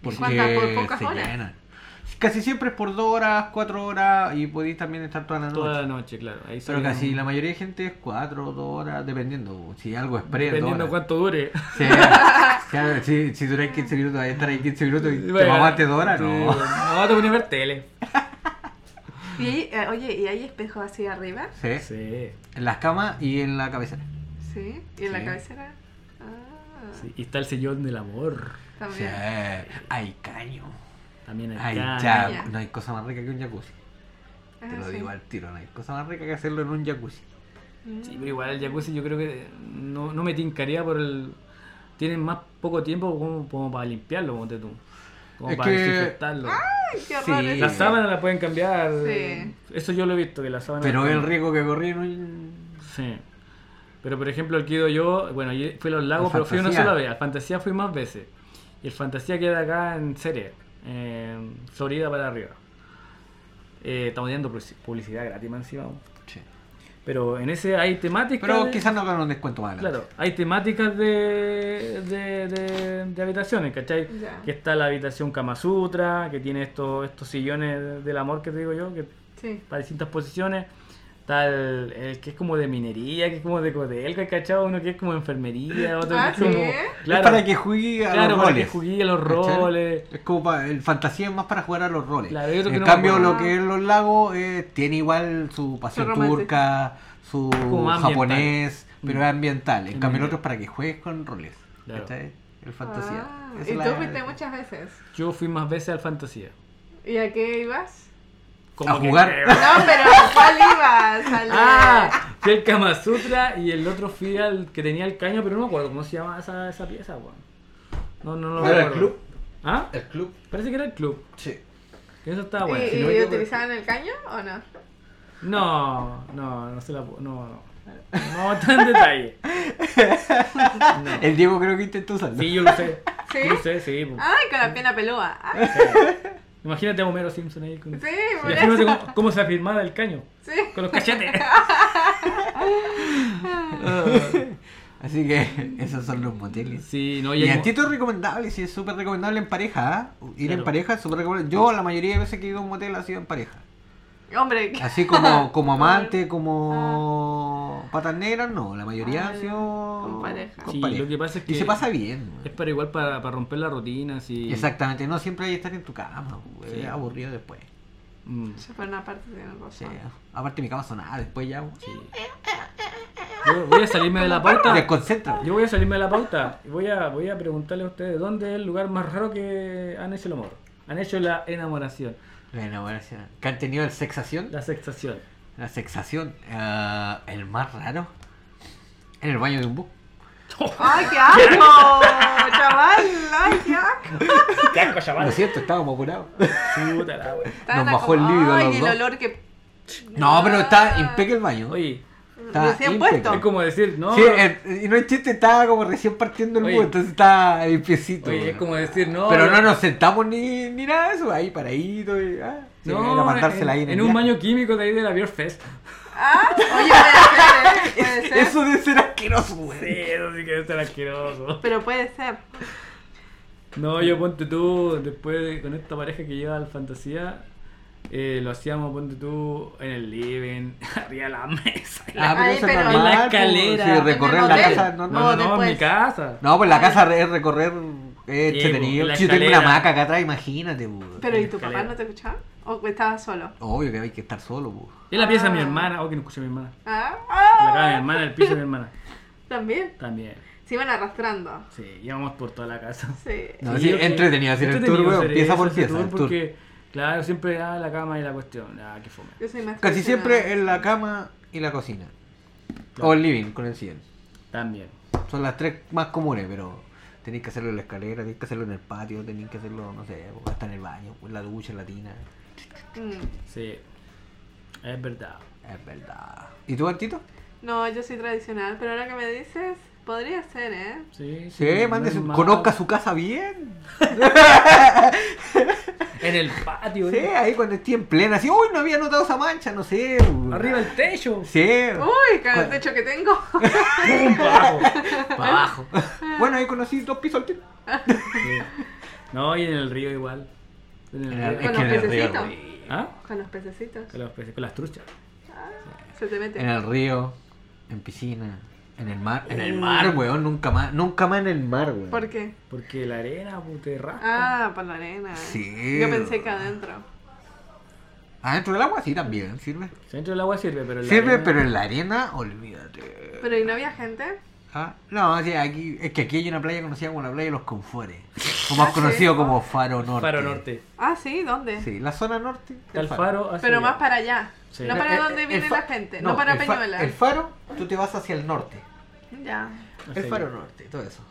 Speaker 1: Porque
Speaker 7: cuántas? ¿Por pocas
Speaker 1: se
Speaker 7: horas?
Speaker 1: llenan. Casi siempre es por dos horas, cuatro horas y podéis también estar toda la noche.
Speaker 3: Toda la noche, claro. Ahí
Speaker 1: Pero
Speaker 3: salen-
Speaker 1: casi la mayoría de gente es cuatro, dos horas, dependiendo. Si algo es pre,
Speaker 3: Dependiendo
Speaker 1: dos horas. (laughs)
Speaker 3: cuánto dure. (laughs)
Speaker 1: Sí, claro, si, si duráis 15 minutos, ahí estar ahí 15 minutos
Speaker 3: (laughs)
Speaker 1: y te mamaste dos horas,
Speaker 3: Sí, (laughs)
Speaker 1: no.
Speaker 3: bueno. No, te pones a ver tele.
Speaker 7: Y ahí, eh, oye, ¿y hay espejos así arriba?
Speaker 1: Sí.
Speaker 3: Sí,
Speaker 1: En las camas y en la cabecera.
Speaker 7: Sí. ¿Y en la
Speaker 1: Sí.
Speaker 7: cabecera? Ah,
Speaker 3: sí. Y está el sillón del amor.
Speaker 1: Sí.
Speaker 7: también.
Speaker 1: Hay caño.
Speaker 3: También
Speaker 1: Hay
Speaker 3: acá.
Speaker 1: ya,
Speaker 7: caño.
Speaker 1: no hay cosa más rica que un jacuzzi.
Speaker 7: Ah,
Speaker 1: Te lo
Speaker 7: sí.
Speaker 1: digo al tiro, no hay cosa más rica que hacerlo en un jacuzzi.
Speaker 7: Mm.
Speaker 3: Sí, pero igual el jacuzzi yo creo que no, no me tincaría por el... Tienen más poco tiempo como, como para limpiarlo, como tú. Como
Speaker 1: Es
Speaker 3: para
Speaker 1: que- Ah,
Speaker 3: desinfectarlo.
Speaker 7: Ay, qué horror.
Speaker 1: Sí.
Speaker 3: La sábana la pueden cambiar.
Speaker 7: Sí.
Speaker 3: Eso yo lo he visto, que la sábana...
Speaker 1: Pero
Speaker 3: la
Speaker 1: el
Speaker 3: cambian.
Speaker 1: riesgo que corrí en un...
Speaker 3: Sí. Pero por ejemplo, el que he ido yo, bueno, yo fui a los lagos,
Speaker 1: Al
Speaker 3: pero fui una
Speaker 1: Fantasía.
Speaker 3: sola vez. Al Fantasía fui más veces. Y el Fantasía queda acá en Ceres, en Florida para arriba. Eh, estamos dando publici- publicidad gratis, más encima.
Speaker 1: Sí.
Speaker 3: Pero en ese hay temáticas.
Speaker 1: Pero
Speaker 3: de-
Speaker 1: quizás no hagan un descuento más adelante.
Speaker 3: Claro, hay temáticas de, de, de- de habitaciones, ¿cachai?
Speaker 7: Ya.
Speaker 3: Que está la habitación Kama Sutra, que tiene estos, estos sillones del amor que te digo yo, que
Speaker 7: Sí.
Speaker 3: para distintas posiciones. Tal, el que es como de minería, que es como de codelca, hay cachado? Uno que es como de enfermería, otro
Speaker 7: Ah,
Speaker 3: que es
Speaker 7: ¿sí?
Speaker 3: como.
Speaker 1: Es
Speaker 3: Claro,
Speaker 1: para que juegue a
Speaker 3: claro,
Speaker 1: los
Speaker 3: para que
Speaker 1: roles.
Speaker 3: jugué a los
Speaker 1: ¿Cachai?
Speaker 3: roles.
Speaker 1: Es como pa- el fantasía es más para jugar a los roles.
Speaker 3: Claro, yo creo que
Speaker 1: en
Speaker 3: no
Speaker 1: cambio,
Speaker 3: me
Speaker 1: lo
Speaker 7: acuerdo.
Speaker 1: que es los lagos eh, tiene igual su pasión
Speaker 7: romance.
Speaker 1: turca, su
Speaker 3: Como ambiental.
Speaker 1: japonés, pero es ambiental. En
Speaker 3: Mm.
Speaker 1: cambio, el otro es para que juegues con roles.
Speaker 3: Claro.
Speaker 1: ¿Cachai? El fantasía.
Speaker 7: Ah,
Speaker 1: Esa
Speaker 7: y
Speaker 1: es
Speaker 7: tú
Speaker 1: la-
Speaker 7: fuiste muchas veces.
Speaker 3: Yo fui más veces al fantasía.
Speaker 7: ¿Y a qué ibas?
Speaker 3: Como
Speaker 1: jugar.
Speaker 7: No, pero ¿a ¿cuál ibas? Al-
Speaker 3: ¡Ah! Fui al Kama Sutra y el otro fui al que tenía el caño, pero no me acuerdo cómo se llamaba esa, esa pieza, weón. No, no, no.
Speaker 1: ¿No era el
Speaker 3: recuerdo.
Speaker 1: club?
Speaker 3: ¿Ah?
Speaker 1: El club,
Speaker 3: Parece que era el club.
Speaker 1: sí.
Speaker 3: Que eso estaba bueno.
Speaker 7: ¿Y,
Speaker 1: si no me
Speaker 7: y
Speaker 1: equivoco-
Speaker 7: utilizaban el caño o no?
Speaker 3: No, no, no se la pu- No, no. No tan detalle. No.
Speaker 1: El Diego creo que intentó usarlo.
Speaker 3: Sí, yo lo sé.
Speaker 7: (laughs) ¿Sí? Ah.
Speaker 3: Yo lo sé, sí. po.
Speaker 7: Ay, con la pierna pelúa. Ay,
Speaker 3: Imagínate a Homero Simpson ahí con.
Speaker 7: sí, por eso.
Speaker 3: Imagínate cómo, cómo se afirmaba el caño.
Speaker 7: Sí.
Speaker 3: Con los cachetes.
Speaker 1: (laughs)
Speaker 7: (laughs)
Speaker 1: Así que esos son los moteles.
Speaker 3: sí, no,
Speaker 1: Y
Speaker 3: hay
Speaker 1: a
Speaker 3: mo-
Speaker 1: ti te es recomendable, sí, es súper recomendable en pareja. ¿ah? Ir
Speaker 3: Claro.
Speaker 1: en pareja es súper recomendable. Yo la mayoría de veces que he ido a un motel ha sido en pareja.
Speaker 7: Hombre, ¿qué?
Speaker 1: Así
Speaker 7: (laughs)
Speaker 1: como, como amante, como patas negras, no. La mayoría
Speaker 7: Ah,
Speaker 1: ha sido
Speaker 7: con pareja.
Speaker 1: con
Speaker 3: Sí,
Speaker 1: pareja.
Speaker 3: lo que pasa es
Speaker 1: Y
Speaker 3: que-
Speaker 1: se pasa bien. güey.
Speaker 3: Es para igual para, para romper la rutina, sí.
Speaker 1: Exactamente, no siempre hay que estar en tu cama, güey,
Speaker 3: Sí.
Speaker 1: es aburrido después.
Speaker 3: Mm,
Speaker 7: (laughs) Eso fue una parte de una
Speaker 1: Sí.
Speaker 7: cosa.
Speaker 1: Aparte mi cama sonaba después ya. güey.
Speaker 3: sí. Yo voy a salirme de la pauta.
Speaker 1: Desconcentra.
Speaker 3: Yo voy a salirme de la pauta. y Voy a, voy a preguntarle a ustedes dónde es el lugar más raro que han hecho el amor. Han hecho la enamoración,
Speaker 1: Bueno, gracias. ¿Que han tenido el sexación?
Speaker 3: la sextación.
Speaker 1: La sexación. ah, el más raro. En el baño de un bus.
Speaker 7: ¡Ay,
Speaker 1: (laughs)
Speaker 7: qué asco! ¡Chaval! ¡Ay, qué asco!
Speaker 3: ¡Qué asco,
Speaker 1: (laughs)
Speaker 3: chaval!
Speaker 1: Lo siento, estábamos
Speaker 7: (laughs)
Speaker 1: apurados.
Speaker 3: Puta la wea.
Speaker 7: Estaban
Speaker 1: bajó el
Speaker 7: como-
Speaker 1: líbido a
Speaker 7: ¡Ay,
Speaker 1: los
Speaker 7: el
Speaker 1: dos.
Speaker 7: olor que.
Speaker 1: No, pero está impec el baño.
Speaker 3: Oye,
Speaker 1: Está
Speaker 7: Recién
Speaker 1: impec.
Speaker 7: puesto.
Speaker 3: es como decir, no.
Speaker 1: Sí, el- y no es chiste, estaba como recién partiendo el
Speaker 3: Oye.
Speaker 1: bus, entonces estaba limpiecito.
Speaker 3: Oye,
Speaker 1: güey.
Speaker 3: es como decir, no.
Speaker 1: Pero no nos sentamos ni, ni nada de eso, ahí paradito. Y, ah, sí, era mandársela
Speaker 3: en,
Speaker 1: ahí en,
Speaker 3: en
Speaker 1: el
Speaker 3: un
Speaker 1: viaje.
Speaker 3: baño químico de ahí de la Beer Fest.
Speaker 7: ¡Ah! Oye,
Speaker 1: (laughs)
Speaker 7: puede ser, ¿eh? puede ser.
Speaker 1: Eso debe ser asqueroso, güey.
Speaker 3: Sí, eso sí que debe ser asqueroso.
Speaker 7: Pero puede ser.
Speaker 3: No, yo ponte tú, después de- con esta pareja que lleva al fantasía, eh, lo hacíamos, ponte tú, en el living, (laughs) arriba de la mesa.
Speaker 1: Ah, pero
Speaker 7: Ay,
Speaker 1: eso es
Speaker 7: pero-
Speaker 1: normal.
Speaker 3: En la
Speaker 1: pues,
Speaker 3: escalera.
Speaker 1: sí,
Speaker 3: En
Speaker 1: recorrer
Speaker 7: el
Speaker 1: la
Speaker 7: hotel. Ah.
Speaker 1: casa es
Speaker 3: No,
Speaker 1: normal.
Speaker 3: no, no, en
Speaker 7: después.
Speaker 3: mi casa.
Speaker 1: No, pues la casa re- es recorrer eh,
Speaker 3: Sí,
Speaker 1: entretenido.
Speaker 3: pues, la
Speaker 1: Si yo tengo una
Speaker 3: escalera.
Speaker 1: hamaca acá atrás, imagínate, pues.
Speaker 7: Pero ¿y tu
Speaker 3: Escalera.
Speaker 7: papá no te escuchaba? ¿O estabas solo?
Speaker 1: Obvio que hay que estar solo, pues.
Speaker 3: Es la pieza de mi
Speaker 7: Ah.
Speaker 3: hermana, oh, que no escuché a mi hermana.
Speaker 7: ¿Ah?
Speaker 3: En La
Speaker 7: ¡Ah!
Speaker 3: casa de mi hermana, el piso de mi hermana.
Speaker 7: También.
Speaker 3: También,
Speaker 7: Se iban arrastrando.
Speaker 3: sí, íbamos por toda la casa.
Speaker 7: Sí.
Speaker 1: No,
Speaker 3: Sí,
Speaker 1: sí,
Speaker 3: yo-
Speaker 1: entretenido hacer el tour,
Speaker 3: entretenido
Speaker 1: weón.
Speaker 3: hacer
Speaker 1: Pieza
Speaker 3: eso,
Speaker 1: por
Speaker 3: ese
Speaker 1: pieza.
Speaker 3: tour,
Speaker 1: el tour.
Speaker 3: Porque, claro, siempre ah, la cama y la cuestión. Ah, qué fome.
Speaker 7: Yo soy más
Speaker 1: Casi siempre
Speaker 7: tradicional.
Speaker 1: en la cama y la cocina. O el living con el sillón.
Speaker 3: También.
Speaker 1: Son las tres más comunes, pero tenéis que hacerlo en la escalera, tenéis que hacerlo en el patio, tenéis que hacerlo, no sé, hasta en el baño, en la ducha, en la tina.
Speaker 7: Mm.
Speaker 3: Sí, es verdad.
Speaker 1: Es verdad. ¿Y tú, Artito?
Speaker 7: No, yo soy tradicional, pero ahora que me dices, podría ser, ¿eh?
Speaker 3: Sí,
Speaker 1: Sí, mande su-
Speaker 3: normal.
Speaker 1: conozca su casa bien.
Speaker 3: En el patio,
Speaker 1: Sí,
Speaker 3: ¿eh?
Speaker 1: ahí cuando esté en plena, así, uy, no había notado esa mancha, no sé.
Speaker 3: arriba el techo.
Speaker 1: Sí.
Speaker 7: Uy, cada techo que tengo. (laughs)
Speaker 3: ¡Pum!
Speaker 1: (laughs)
Speaker 3: Para abajo.
Speaker 1: Para abajo. bueno, ahí conocí dos pisos al tiro.
Speaker 3: Sí. No, y en el río igual. En el
Speaker 1: Es
Speaker 3: río.
Speaker 1: que
Speaker 7: los
Speaker 1: en el río,
Speaker 7: pececitos.
Speaker 1: güey.
Speaker 3: ¿Ah?
Speaker 7: Con los pececitos.
Speaker 3: Con, los peces- con las truchas.
Speaker 7: Se te mete.
Speaker 1: En el río, en piscina, en el mar. En el mar, weón, nunca más. Nunca más en el mar, weón.
Speaker 7: Mm. ¿Por qué?
Speaker 3: Porque la arena pu, te rasca.
Speaker 7: Ah, por la arena.
Speaker 1: Sí.
Speaker 7: Yo pensé que adentro.
Speaker 1: Adentro del agua sí también sirve.
Speaker 3: Dentro del agua sirve, pero en la
Speaker 1: Sirve,
Speaker 3: arena-
Speaker 1: pero en la arena, olvídate.
Speaker 7: Pero ¿y no había gente?
Speaker 1: Ah, No, sí, aquí, es que aquí hay una playa conocida como la playa de los Confores. O más conocido como Faro Norte.
Speaker 3: Faro norte.
Speaker 7: Ah, sí, ¿dónde?
Speaker 1: Sí, la zona norte. del
Speaker 3: Está el faro hacia
Speaker 7: Pero
Speaker 3: allá.
Speaker 7: más para allá.
Speaker 3: Sí.
Speaker 7: No
Speaker 3: El-
Speaker 7: para
Speaker 1: El-
Speaker 7: donde
Speaker 1: Eh, el
Speaker 7: viene
Speaker 1: fa-
Speaker 7: la gente. No, para
Speaker 1: el fa-
Speaker 7: Peñuela.
Speaker 1: El faro, tú te vas hacia el norte.
Speaker 7: Ya.
Speaker 3: Hacia
Speaker 1: El faro
Speaker 3: allá.
Speaker 1: norte, todo eso.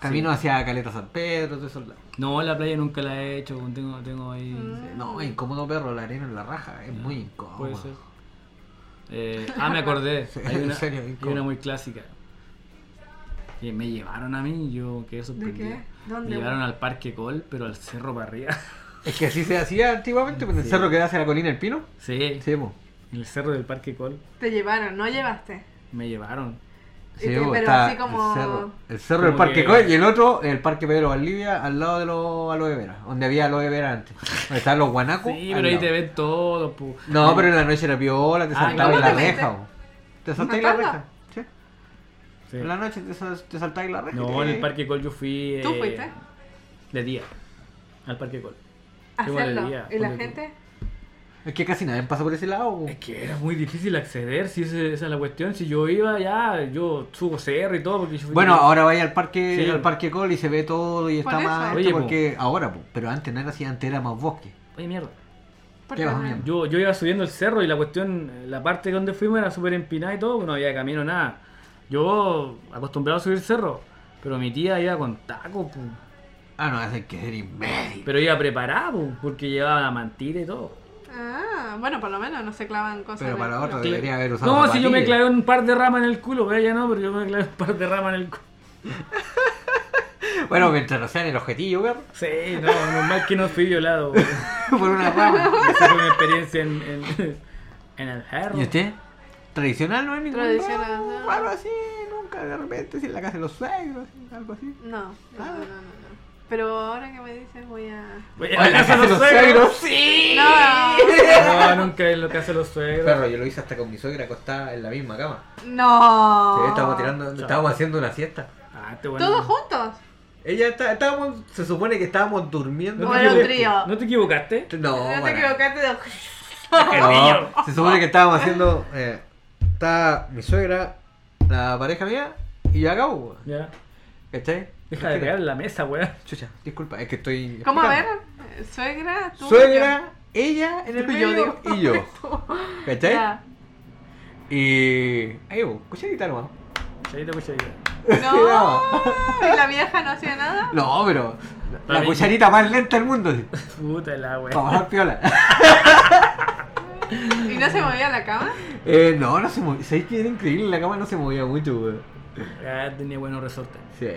Speaker 1: Camino hacia Caleta San Pedro, todo eso.
Speaker 3: No, la playa nunca la he hecho. pu, Tengo, tengo ahí.
Speaker 7: Mm.
Speaker 1: No, es incómodo perro, la arena en la raja, es muy
Speaker 3: Ah, Puede
Speaker 1: incómodo.
Speaker 3: ser. Eh, ah,
Speaker 1: (laughs)
Speaker 3: me acordé.
Speaker 1: Sí,
Speaker 3: Hay
Speaker 1: en
Speaker 3: una,
Speaker 1: serio,
Speaker 3: hay
Speaker 1: ¿cómo?
Speaker 3: una muy clásica. Que me llevaron a mí, yo quedé sorprendido.
Speaker 7: ¿Dónde?
Speaker 3: Me llevaron al Parque Col, pero al cerro para arriba. (laughs)
Speaker 1: Es que así se hacía antiguamente, pero el
Speaker 3: Sí.
Speaker 1: cerro que da hacia la colina del pino.
Speaker 3: Sí,
Speaker 1: Sí, po.
Speaker 3: en el cerro del Parque Col
Speaker 7: Te llevaron, no llevaste.
Speaker 3: me llevaron.
Speaker 1: Sí,
Speaker 7: Y te-
Speaker 1: po,
Speaker 7: Este, pero
Speaker 1: está
Speaker 7: así como-
Speaker 1: el cerro, el cerro del
Speaker 3: Como
Speaker 1: Parque
Speaker 3: que-
Speaker 1: Coy y el otro, el Parque Pedro Valdivia, al lado de los aloe vera, donde había aloe vera antes. Donde estaban los guanacos.
Speaker 3: Sí,
Speaker 1: al
Speaker 3: pero ahí
Speaker 1: lado.
Speaker 3: te ven todo, pu.
Speaker 1: Ah, No, pero en la noche era viola, te
Speaker 3: Ah,
Speaker 1: saltabas
Speaker 3: ¿cómo
Speaker 1: la
Speaker 7: te metiste?
Speaker 1: reja. po. Te saltabas la
Speaker 7: ¿Matando?
Speaker 1: reja. Sí.
Speaker 3: Sí.
Speaker 1: En la noche te, sal- te saltabas la reja. y
Speaker 3: No,
Speaker 1: te-
Speaker 3: en el Parque Col yo fui.
Speaker 7: ¿Tú
Speaker 3: eh,
Speaker 7: fuiste?
Speaker 3: De día. Al Parque Col. Qué
Speaker 7: Hacerlo.
Speaker 3: maravilla,
Speaker 7: ¿Y la
Speaker 3: ponte tú.
Speaker 7: gente?
Speaker 1: Es que casi nadie pasa por ese lado. po.
Speaker 3: Es que era muy difícil acceder, si ese- esa es la cuestión. Si yo iba ya, yo subo cerro y todo. Porque yo fui-
Speaker 1: Bueno, ahora vaya al parque,
Speaker 3: Sí.
Speaker 1: al parque Col y se ve todo y
Speaker 7: Por
Speaker 1: está
Speaker 7: eso.
Speaker 1: más
Speaker 3: Oye,
Speaker 1: esto
Speaker 3: po.
Speaker 1: porque ahora, po, pero antes no era así, antes era más bosque.
Speaker 3: Oye, mierda.
Speaker 7: Porque
Speaker 1: Te vas a
Speaker 7: no-
Speaker 1: mierda.
Speaker 3: Yo, yo iba subiendo el cerro y la cuestión, la parte donde fuimos era súper empinada y todo, pues no había camino, nada. Yo acostumbrado a subir cerro, pero mi tía iba con taco, pu.
Speaker 1: Ah, no, hace que ser imbécil.
Speaker 3: pero iba preparada, pu, porque llevaba la mantita y todo.
Speaker 7: Ah, bueno, por lo menos no se clavan cosas.
Speaker 1: Pero
Speaker 7: en
Speaker 1: para
Speaker 7: el culo.
Speaker 1: otra debería haber usado
Speaker 3: No, si yo me
Speaker 1: zapatillas.
Speaker 3: clavé un par de ramas en el culo, pero ella no, pero yo me clavé un par de ramas en el culo.
Speaker 1: Bueno, mientras no sean el objetivo, perro. (laughs)
Speaker 3: Sí, no, normal que no fui violado. pu.
Speaker 1: Por una rama.
Speaker 3: Esa fue mi experiencia en, en, en el cerro.
Speaker 1: ¿Y usted? ¿Tradicional no es ningún
Speaker 7: Tradicional,
Speaker 1: raro,
Speaker 7: no.
Speaker 1: raro así, nunca de repente, si en la casa de los suegros, algo así.
Speaker 7: No, no, no, no, no. Pero ahora que me dices voy a...
Speaker 3: Oye,
Speaker 1: O en la
Speaker 3: ¿acaso
Speaker 1: casa de los suegros, sí.
Speaker 7: No,
Speaker 3: No, nunca es lo que hacen los
Speaker 1: (laughs)
Speaker 3: suegros.
Speaker 1: Perro, yo lo hice hasta con mi suegra acostada en la misma cama.
Speaker 7: no.
Speaker 1: Sí, estábamos tirando, estábamos haciendo una siesta.
Speaker 3: Ah, este bueno.
Speaker 7: ¿Todos juntos?
Speaker 1: Ella está, estábamos, se supone que estábamos durmiendo.
Speaker 7: No, Bueno,
Speaker 3: equivo-
Speaker 7: trío.
Speaker 3: ¿No te equivocaste?
Speaker 1: No,
Speaker 7: No, te
Speaker 1: bueno.
Speaker 7: equivocaste de... (laughs)
Speaker 1: No, se supone que estábamos haciendo. Eh, está mi suegra, la pareja mía, y yo acá, weón.
Speaker 3: Ya.
Speaker 1: ¿Cachai?
Speaker 3: Deja de pegar en la mesa, weón.
Speaker 1: Chucha, disculpa, es que estoy.
Speaker 7: ¿Cómo a ver? eh,
Speaker 1: explicando.
Speaker 7: Suegra, tú...
Speaker 1: Suegra, ella en el
Speaker 7: Tú y yo,
Speaker 1: medio
Speaker 7: digo.
Speaker 1: y yo.
Speaker 7: (laughs) yo.
Speaker 1: ¿Cachai? (laughs)
Speaker 7: Ya.
Speaker 1: Y. Ahí, weón, cucharita nomás.
Speaker 3: Cuchadita, cuchadita.
Speaker 7: No. ¿Y la vieja no hacía nada?
Speaker 1: No, pero. La
Speaker 3: Para mí-
Speaker 1: cucharita más lenta del mundo, sí.
Speaker 3: Puta la weón.
Speaker 1: Para bajar piola. (laughs)
Speaker 7: ¿Y no se movía la cama?
Speaker 1: Eh, no, no se movía. ¿Sabéis que era increíble? La cama no se movía mucho, weón.
Speaker 3: Ah, tenía buenos resortes.
Speaker 1: Sí.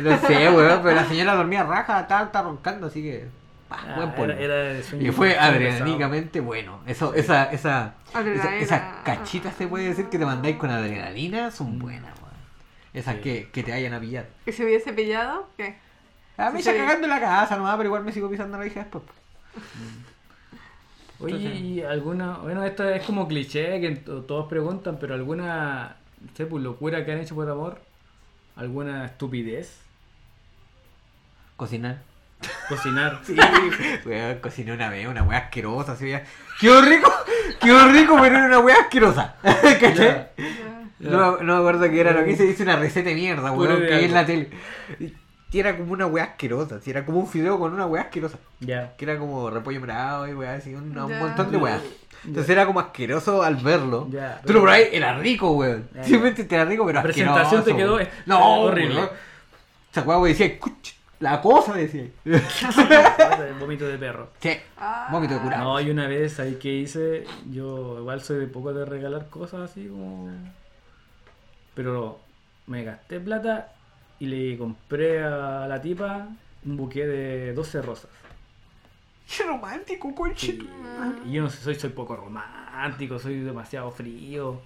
Speaker 1: No sé, weón, pero la señora dormía raja, estaba, estaba roncando, así que. pa,
Speaker 3: Ah,
Speaker 1: buen polvo.
Speaker 3: Era, era de sueño.
Speaker 1: Y fue
Speaker 3: sueño
Speaker 1: adrenalínicamente bueno. Eso, esa, esa, esa,
Speaker 7: Adrenalina.
Speaker 1: esas cachitas se puede decir que te mandáis con adrenalina
Speaker 3: Mm.
Speaker 1: son buenas, weón. Esas que, que te vayan a pillar.
Speaker 7: ¿Y se hubiese pillado? ¿Qué?
Speaker 1: A mí
Speaker 7: Sí,
Speaker 1: ya
Speaker 7: sí.
Speaker 1: cagando en la casa nomás, pero igual me sigo pisando la hija después. po.
Speaker 3: pesado. Oye, y alguna. Bueno, esto es como cliché que to- todos preguntan, pero alguna. No sé, pues locura que han hecho por amor. ¿Alguna estupidez?
Speaker 1: Cocinar.
Speaker 3: Cocinar.
Speaker 1: (laughs) Sí, weón, cociné una vez, una weá asquerosa, así weá. Quedó rico, quedó rico, pero era una weá asquerosa. (laughs) ¿Cachai?
Speaker 3: Ya.
Speaker 1: No, no me acuerdo qué era lo que hice, hice una receta de mierda,
Speaker 3: Puro
Speaker 1: weón,
Speaker 3: de
Speaker 1: que vi en
Speaker 3: algo.
Speaker 1: la tele. Y era como una weá asquerosa, sí, era como un fideo con una weá asquerosa.
Speaker 3: Ya.
Speaker 1: que era como repollo morado y weá, así, un, un
Speaker 7: Ya.
Speaker 1: montón de weá. Entonces
Speaker 3: Ya.
Speaker 1: era como asqueroso al verlo.
Speaker 3: Ya,
Speaker 1: Tú lo
Speaker 3: pero-
Speaker 1: probáis, era rico, weón.
Speaker 3: Ya, ya.
Speaker 1: Simplemente era rico, pero
Speaker 3: La presentación
Speaker 1: asqueroso,
Speaker 3: te quedó
Speaker 1: weón.
Speaker 3: eh,
Speaker 1: No,
Speaker 3: horrible.
Speaker 1: horrible. Esa weá, weón, decía, "Cuch, la cosa, decía.
Speaker 3: Vómito de perro.
Speaker 1: sí,
Speaker 7: Ah.
Speaker 1: vómito de curado.
Speaker 3: No, y una vez ahí que hice, yo igual soy de poco de regalar cosas así como... Pero me gasté plata y le compré a la tipa un buque de 12 rosas.
Speaker 1: Qué romántico, conche.
Speaker 3: Y, y yo no sé, soy, soy poco romántico, soy demasiado frío.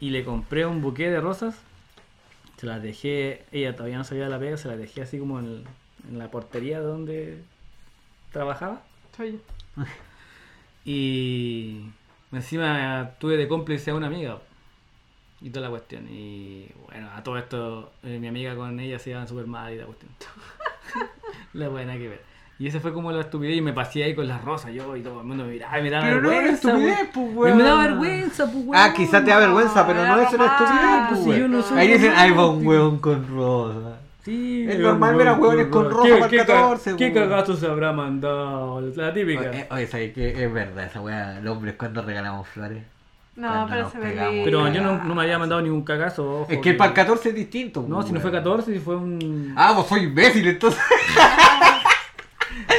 Speaker 3: Y le compré un buque de rosas. Se las dejé, ella todavía no sabía de la pega, se las dejé así como en, el- en la portería donde trabajaba.
Speaker 7: Soy yo.
Speaker 3: Y encima tuve de cómplice a una amiga. Y toda la cuestión. Y bueno, a todo esto, eh, mi amiga con ella se iban súper mal y la cuestión. (laughs) la buena que ver. Y esa fue como la estupidez y me pasé ahí con las rosas yo y todo el mundo me miraba y me daba
Speaker 1: Pero no era
Speaker 3: vergüenza.
Speaker 1: estupidez,
Speaker 3: weón.
Speaker 1: pues,
Speaker 3: Me daba
Speaker 1: weón.
Speaker 3: vergüenza, pues weón.
Speaker 1: Ah, quizás te da vergüenza, pero
Speaker 7: era
Speaker 1: no es una estupidez,
Speaker 7: romántico,
Speaker 1: pues,
Speaker 3: si yo
Speaker 1: weón.
Speaker 3: no soy
Speaker 1: Ahí dicen, ay, va un
Speaker 3: romántico".
Speaker 1: weón con rosa.
Speaker 3: Sí,
Speaker 1: Es
Speaker 3: weón,
Speaker 1: normal ver a
Speaker 3: weón,
Speaker 1: hueones con
Speaker 3: weón.
Speaker 1: rosa
Speaker 3: ¿Qué-
Speaker 1: para el
Speaker 3: qué ca-
Speaker 1: 14,
Speaker 3: ¿Qué
Speaker 1: weón?
Speaker 3: cagazo se habrá mandado? La típica.
Speaker 1: Oye, oye, ¿sabes qué? Es verdad, esa weá, los hombres cuando regalamos flores.
Speaker 7: No,
Speaker 1: Cuando
Speaker 7: pero
Speaker 1: nos
Speaker 7: se ve
Speaker 1: pegamos.
Speaker 7: lindo.
Speaker 3: pero yo no, no me había mandado ningún cagazo. ojo,
Speaker 1: Es que el para el 14 es distinto.
Speaker 3: No, si no
Speaker 1: weón.
Speaker 3: fue 14, si fue un.
Speaker 1: Ah, vos soy imbécil, entonces. (laughs)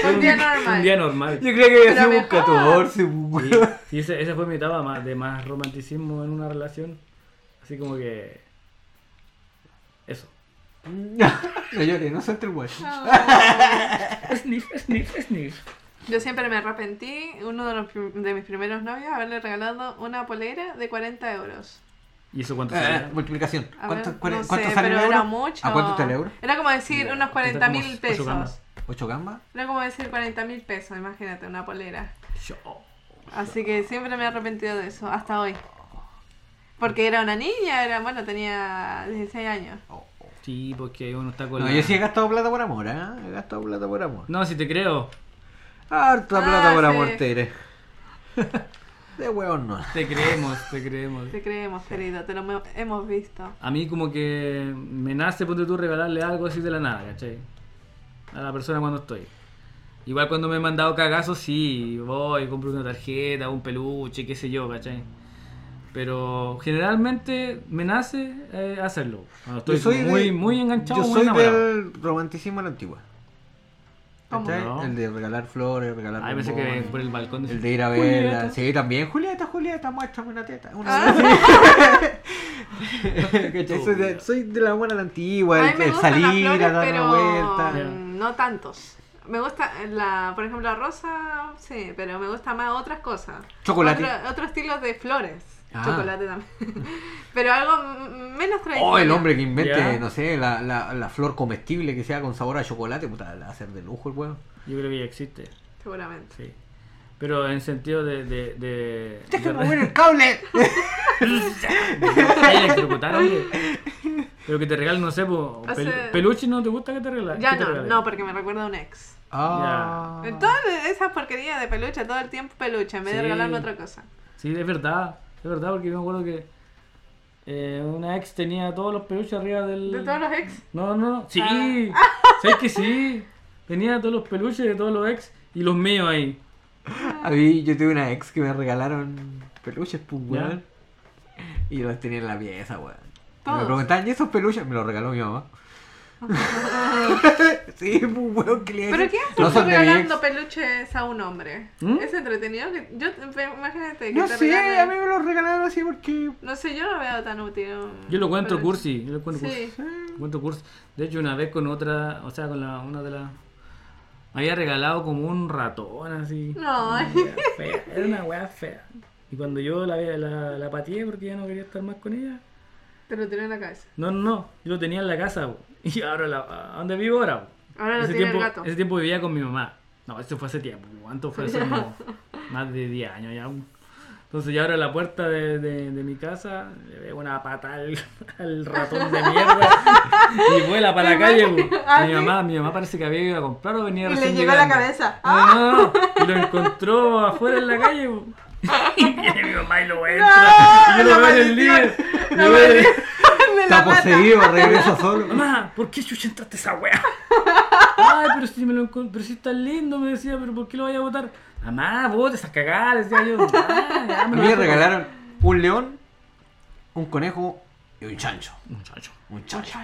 Speaker 7: Fue un día normal.
Speaker 3: Un día normal.
Speaker 1: Yo creía que había sido
Speaker 7: Pero
Speaker 1: un 14,
Speaker 3: Sí,
Speaker 1: weón.
Speaker 3: sí, esa, esa fue mi etapa más- de más romanticismo en una relación. Así como que. Eso.
Speaker 1: (laughs) No llores, no suelte el weón.
Speaker 7: Ah.
Speaker 3: Sniff, sniff, sniff.
Speaker 7: Yo siempre me arrepentí, uno de, los prim- de mis primeros novios, haberle regalado una polera de 40 euros.
Speaker 3: ¿Y eso cuánto
Speaker 1: Ah,
Speaker 3: sería?
Speaker 1: multiplicación.
Speaker 7: A
Speaker 1: ¿Cuánto,
Speaker 7: ver,
Speaker 1: cuál-
Speaker 7: no
Speaker 1: cuánto
Speaker 7: sé,
Speaker 1: sale el
Speaker 7: pero
Speaker 1: euro?
Speaker 7: era mucho.
Speaker 1: ¿A cuánto está el euro?
Speaker 7: Era como decir unos 40 mil
Speaker 3: Como ocho
Speaker 7: pesos.
Speaker 3: gambas.
Speaker 1: ¿Ocho gambas?
Speaker 7: Era como decir 40 mil pesos, imagínate, una polera.
Speaker 3: Yo.
Speaker 7: Así que siempre me he arrepentido de eso, hasta hoy. Porque era una niña, era bueno, tenía 16 años.
Speaker 3: Sí, porque uno está con.
Speaker 1: No,
Speaker 3: la-
Speaker 1: yo sí he gastado plata por amor, ¿eh? He gastado plata por amor.
Speaker 3: No, si te creo.
Speaker 1: Harta
Speaker 7: Ah,
Speaker 1: plata por
Speaker 7: sí.
Speaker 1: amor, te diré. (laughs) De hueón no.
Speaker 3: Te creemos, te creemos.
Speaker 7: Te creemos, querido, te lo mo- hemos visto.
Speaker 3: A mí, como que me nace, ponte tú, regalarle algo así de la nada, ¿cachai? A la persona cuando estoy. Igual cuando me he mandado cagazos, sí, voy, compro una tarjeta, un peluche, qué sé yo, ¿cachai? Pero generalmente me nace eh, hacerlo. Cuando estoy muy,
Speaker 1: de-
Speaker 3: muy enganchado,
Speaker 1: Yo
Speaker 3: muy
Speaker 1: soy
Speaker 3: enamorado.
Speaker 1: del romanticismo a la antigua.
Speaker 7: ¿Cómo?
Speaker 1: ¿Cachai?
Speaker 3: No.
Speaker 1: El de regalar flores, regalar
Speaker 3: Ay, pensé que
Speaker 1: bombones,
Speaker 3: por el balcón
Speaker 1: El de ir a verla.
Speaker 3: Julieta.
Speaker 1: Sí, también. Julieta, Julieta, muéstrame una teta. Una
Speaker 7: Ah.
Speaker 1: ¿Cachai? soy, de, soy de la buena a la antigua,
Speaker 7: A mí
Speaker 1: el,
Speaker 7: me
Speaker 1: el
Speaker 7: gustan
Speaker 1: salir
Speaker 7: las flores,
Speaker 1: a dar
Speaker 7: pero
Speaker 1: una vuelta.
Speaker 7: mm, no tantos. Me gusta, la, por ejemplo, la rosa, sí, pero me gusta más otras cosas.
Speaker 1: Chocolate.
Speaker 7: Otro- otros estilos de flores.
Speaker 1: Ah.
Speaker 7: Chocolate también. (laughs) pero algo mm, menos tradicional.
Speaker 1: Oh, el hombre que invente,
Speaker 3: Ya.
Speaker 1: no sé, la, la, la flor comestible que sea con sabor a chocolate, puta, la va a hacer de lujo el weón.
Speaker 3: Yo creo que ya existe,
Speaker 7: Seguramente.
Speaker 3: sí. Pero en sentido de. de, de, de-
Speaker 1: el cable!
Speaker 3: Ay, electrocutar, hombre. Pero que te regalen, no sé, po,
Speaker 7: O
Speaker 3: pelu-
Speaker 7: sea-
Speaker 3: peluche no te gusta que te regalen.
Speaker 7: Ya
Speaker 3: que te
Speaker 7: no,
Speaker 3: regalen?
Speaker 7: no, porque me recuerda a un ex.
Speaker 1: Ah.
Speaker 7: Todas esas porquerías de peluche, todo el tiempo peluche, en vez de
Speaker 3: Sí.
Speaker 7: regalarme otra cosa.
Speaker 3: Sí, es verdad, es verdad, porque yo me acuerdo que eh, una ex tenía todos los peluches arriba del.
Speaker 7: ¿De todos los Ah. ex?
Speaker 3: No, no, sí. ¿Sabes que sí? Tenía todos los peluches de todos los ex y los míos ahí.
Speaker 1: A mí, yo tuve una ex que me regalaron peluches, pues,
Speaker 3: Ya.
Speaker 1: weón. Y yo los tenía en la pieza, weón. Y
Speaker 7: Todos.
Speaker 1: Me preguntaban, ¿y esos peluches? Me los regaló mi
Speaker 7: (laughs)
Speaker 1: mamá. (laughs) sí, pues, weón, que le iba a
Speaker 7: ¿Pero qué
Speaker 1: decir?
Speaker 7: haces
Speaker 1: No
Speaker 7: tú
Speaker 1: son de mi
Speaker 7: regalando
Speaker 1: ex.
Speaker 7: peluches a un hombre?
Speaker 3: ¿Mm?
Speaker 7: Es entretenido que... Yo, pe- imagínate que
Speaker 1: No
Speaker 7: te
Speaker 1: sé, a
Speaker 7: regalen-
Speaker 1: mí me los regalaron así porque.
Speaker 7: No sé, yo no veo tan útil. un
Speaker 3: Yo lo encuentro
Speaker 7: peluche.
Speaker 3: cursi, yo lo encuentro cursi.
Speaker 7: Pues, Sí.
Speaker 3: ¿Cuánto curso? De hecho, una vez con otra, o sea, con la, una de las. Me había regalado como un ratón así.
Speaker 7: No,
Speaker 3: Una wea fea, Era una weá fea. Y cuando yo la, la, la pateé porque ya no quería estar más con ella.
Speaker 7: te lo tiré en la cabeza.
Speaker 3: No, no, no. Yo lo tenía en la casa. po. (laughs) Y ahora, la, ¿a dónde vivo ahora? po?
Speaker 7: Ahora lo
Speaker 3: ese,
Speaker 7: tiene el
Speaker 3: tiempo,
Speaker 7: gato.
Speaker 3: ese tiempo vivía con mi mamá. No, eso fue hace tiempo. ¿Cuánto fue? Hace
Speaker 7: (laughs)
Speaker 3: como más de 10 años ya. Entonces ya ahora la puerta de, de- de mi casa le veo una pata al, (laughs) al ratón de
Speaker 7: (laughs)
Speaker 3: mierda y vuela para la calle. bu.
Speaker 7: Ah,
Speaker 3: Mi mamá, mi mamá parece que había ido a comprar o venía
Speaker 7: Y le
Speaker 3: recién
Speaker 7: llegó a la
Speaker 3: llegando.
Speaker 7: cabeza. Ah.
Speaker 3: No, no, no. Y lo encontró afuera en la calle. bu.
Speaker 7: (laughs)
Speaker 3: Y viene mi mamá y lo entra. y yo
Speaker 7: la
Speaker 3: lo veo en el
Speaker 7: maldición.
Speaker 3: líder.
Speaker 7: (laughs)
Speaker 3: Y yo veo en el-
Speaker 7: Me la
Speaker 1: Está
Speaker 7: mata.
Speaker 1: poseído, regresa
Speaker 7: (laughs)
Speaker 1: solo.
Speaker 3: Mamá, ¿por qué chucha entraste esa (laughs) wea? Ay, pero si me lo encon- pero si está lindo, me decía, pero ¿por qué lo vaya a votar? Mamá, vota esa cagada, le decía yo. "Ah, ya,
Speaker 1: A
Speaker 3: me
Speaker 1: mí me
Speaker 3: lo-
Speaker 1: regalaron un león, un conejo y un chancho.
Speaker 3: Muchacho.
Speaker 1: Un chancho.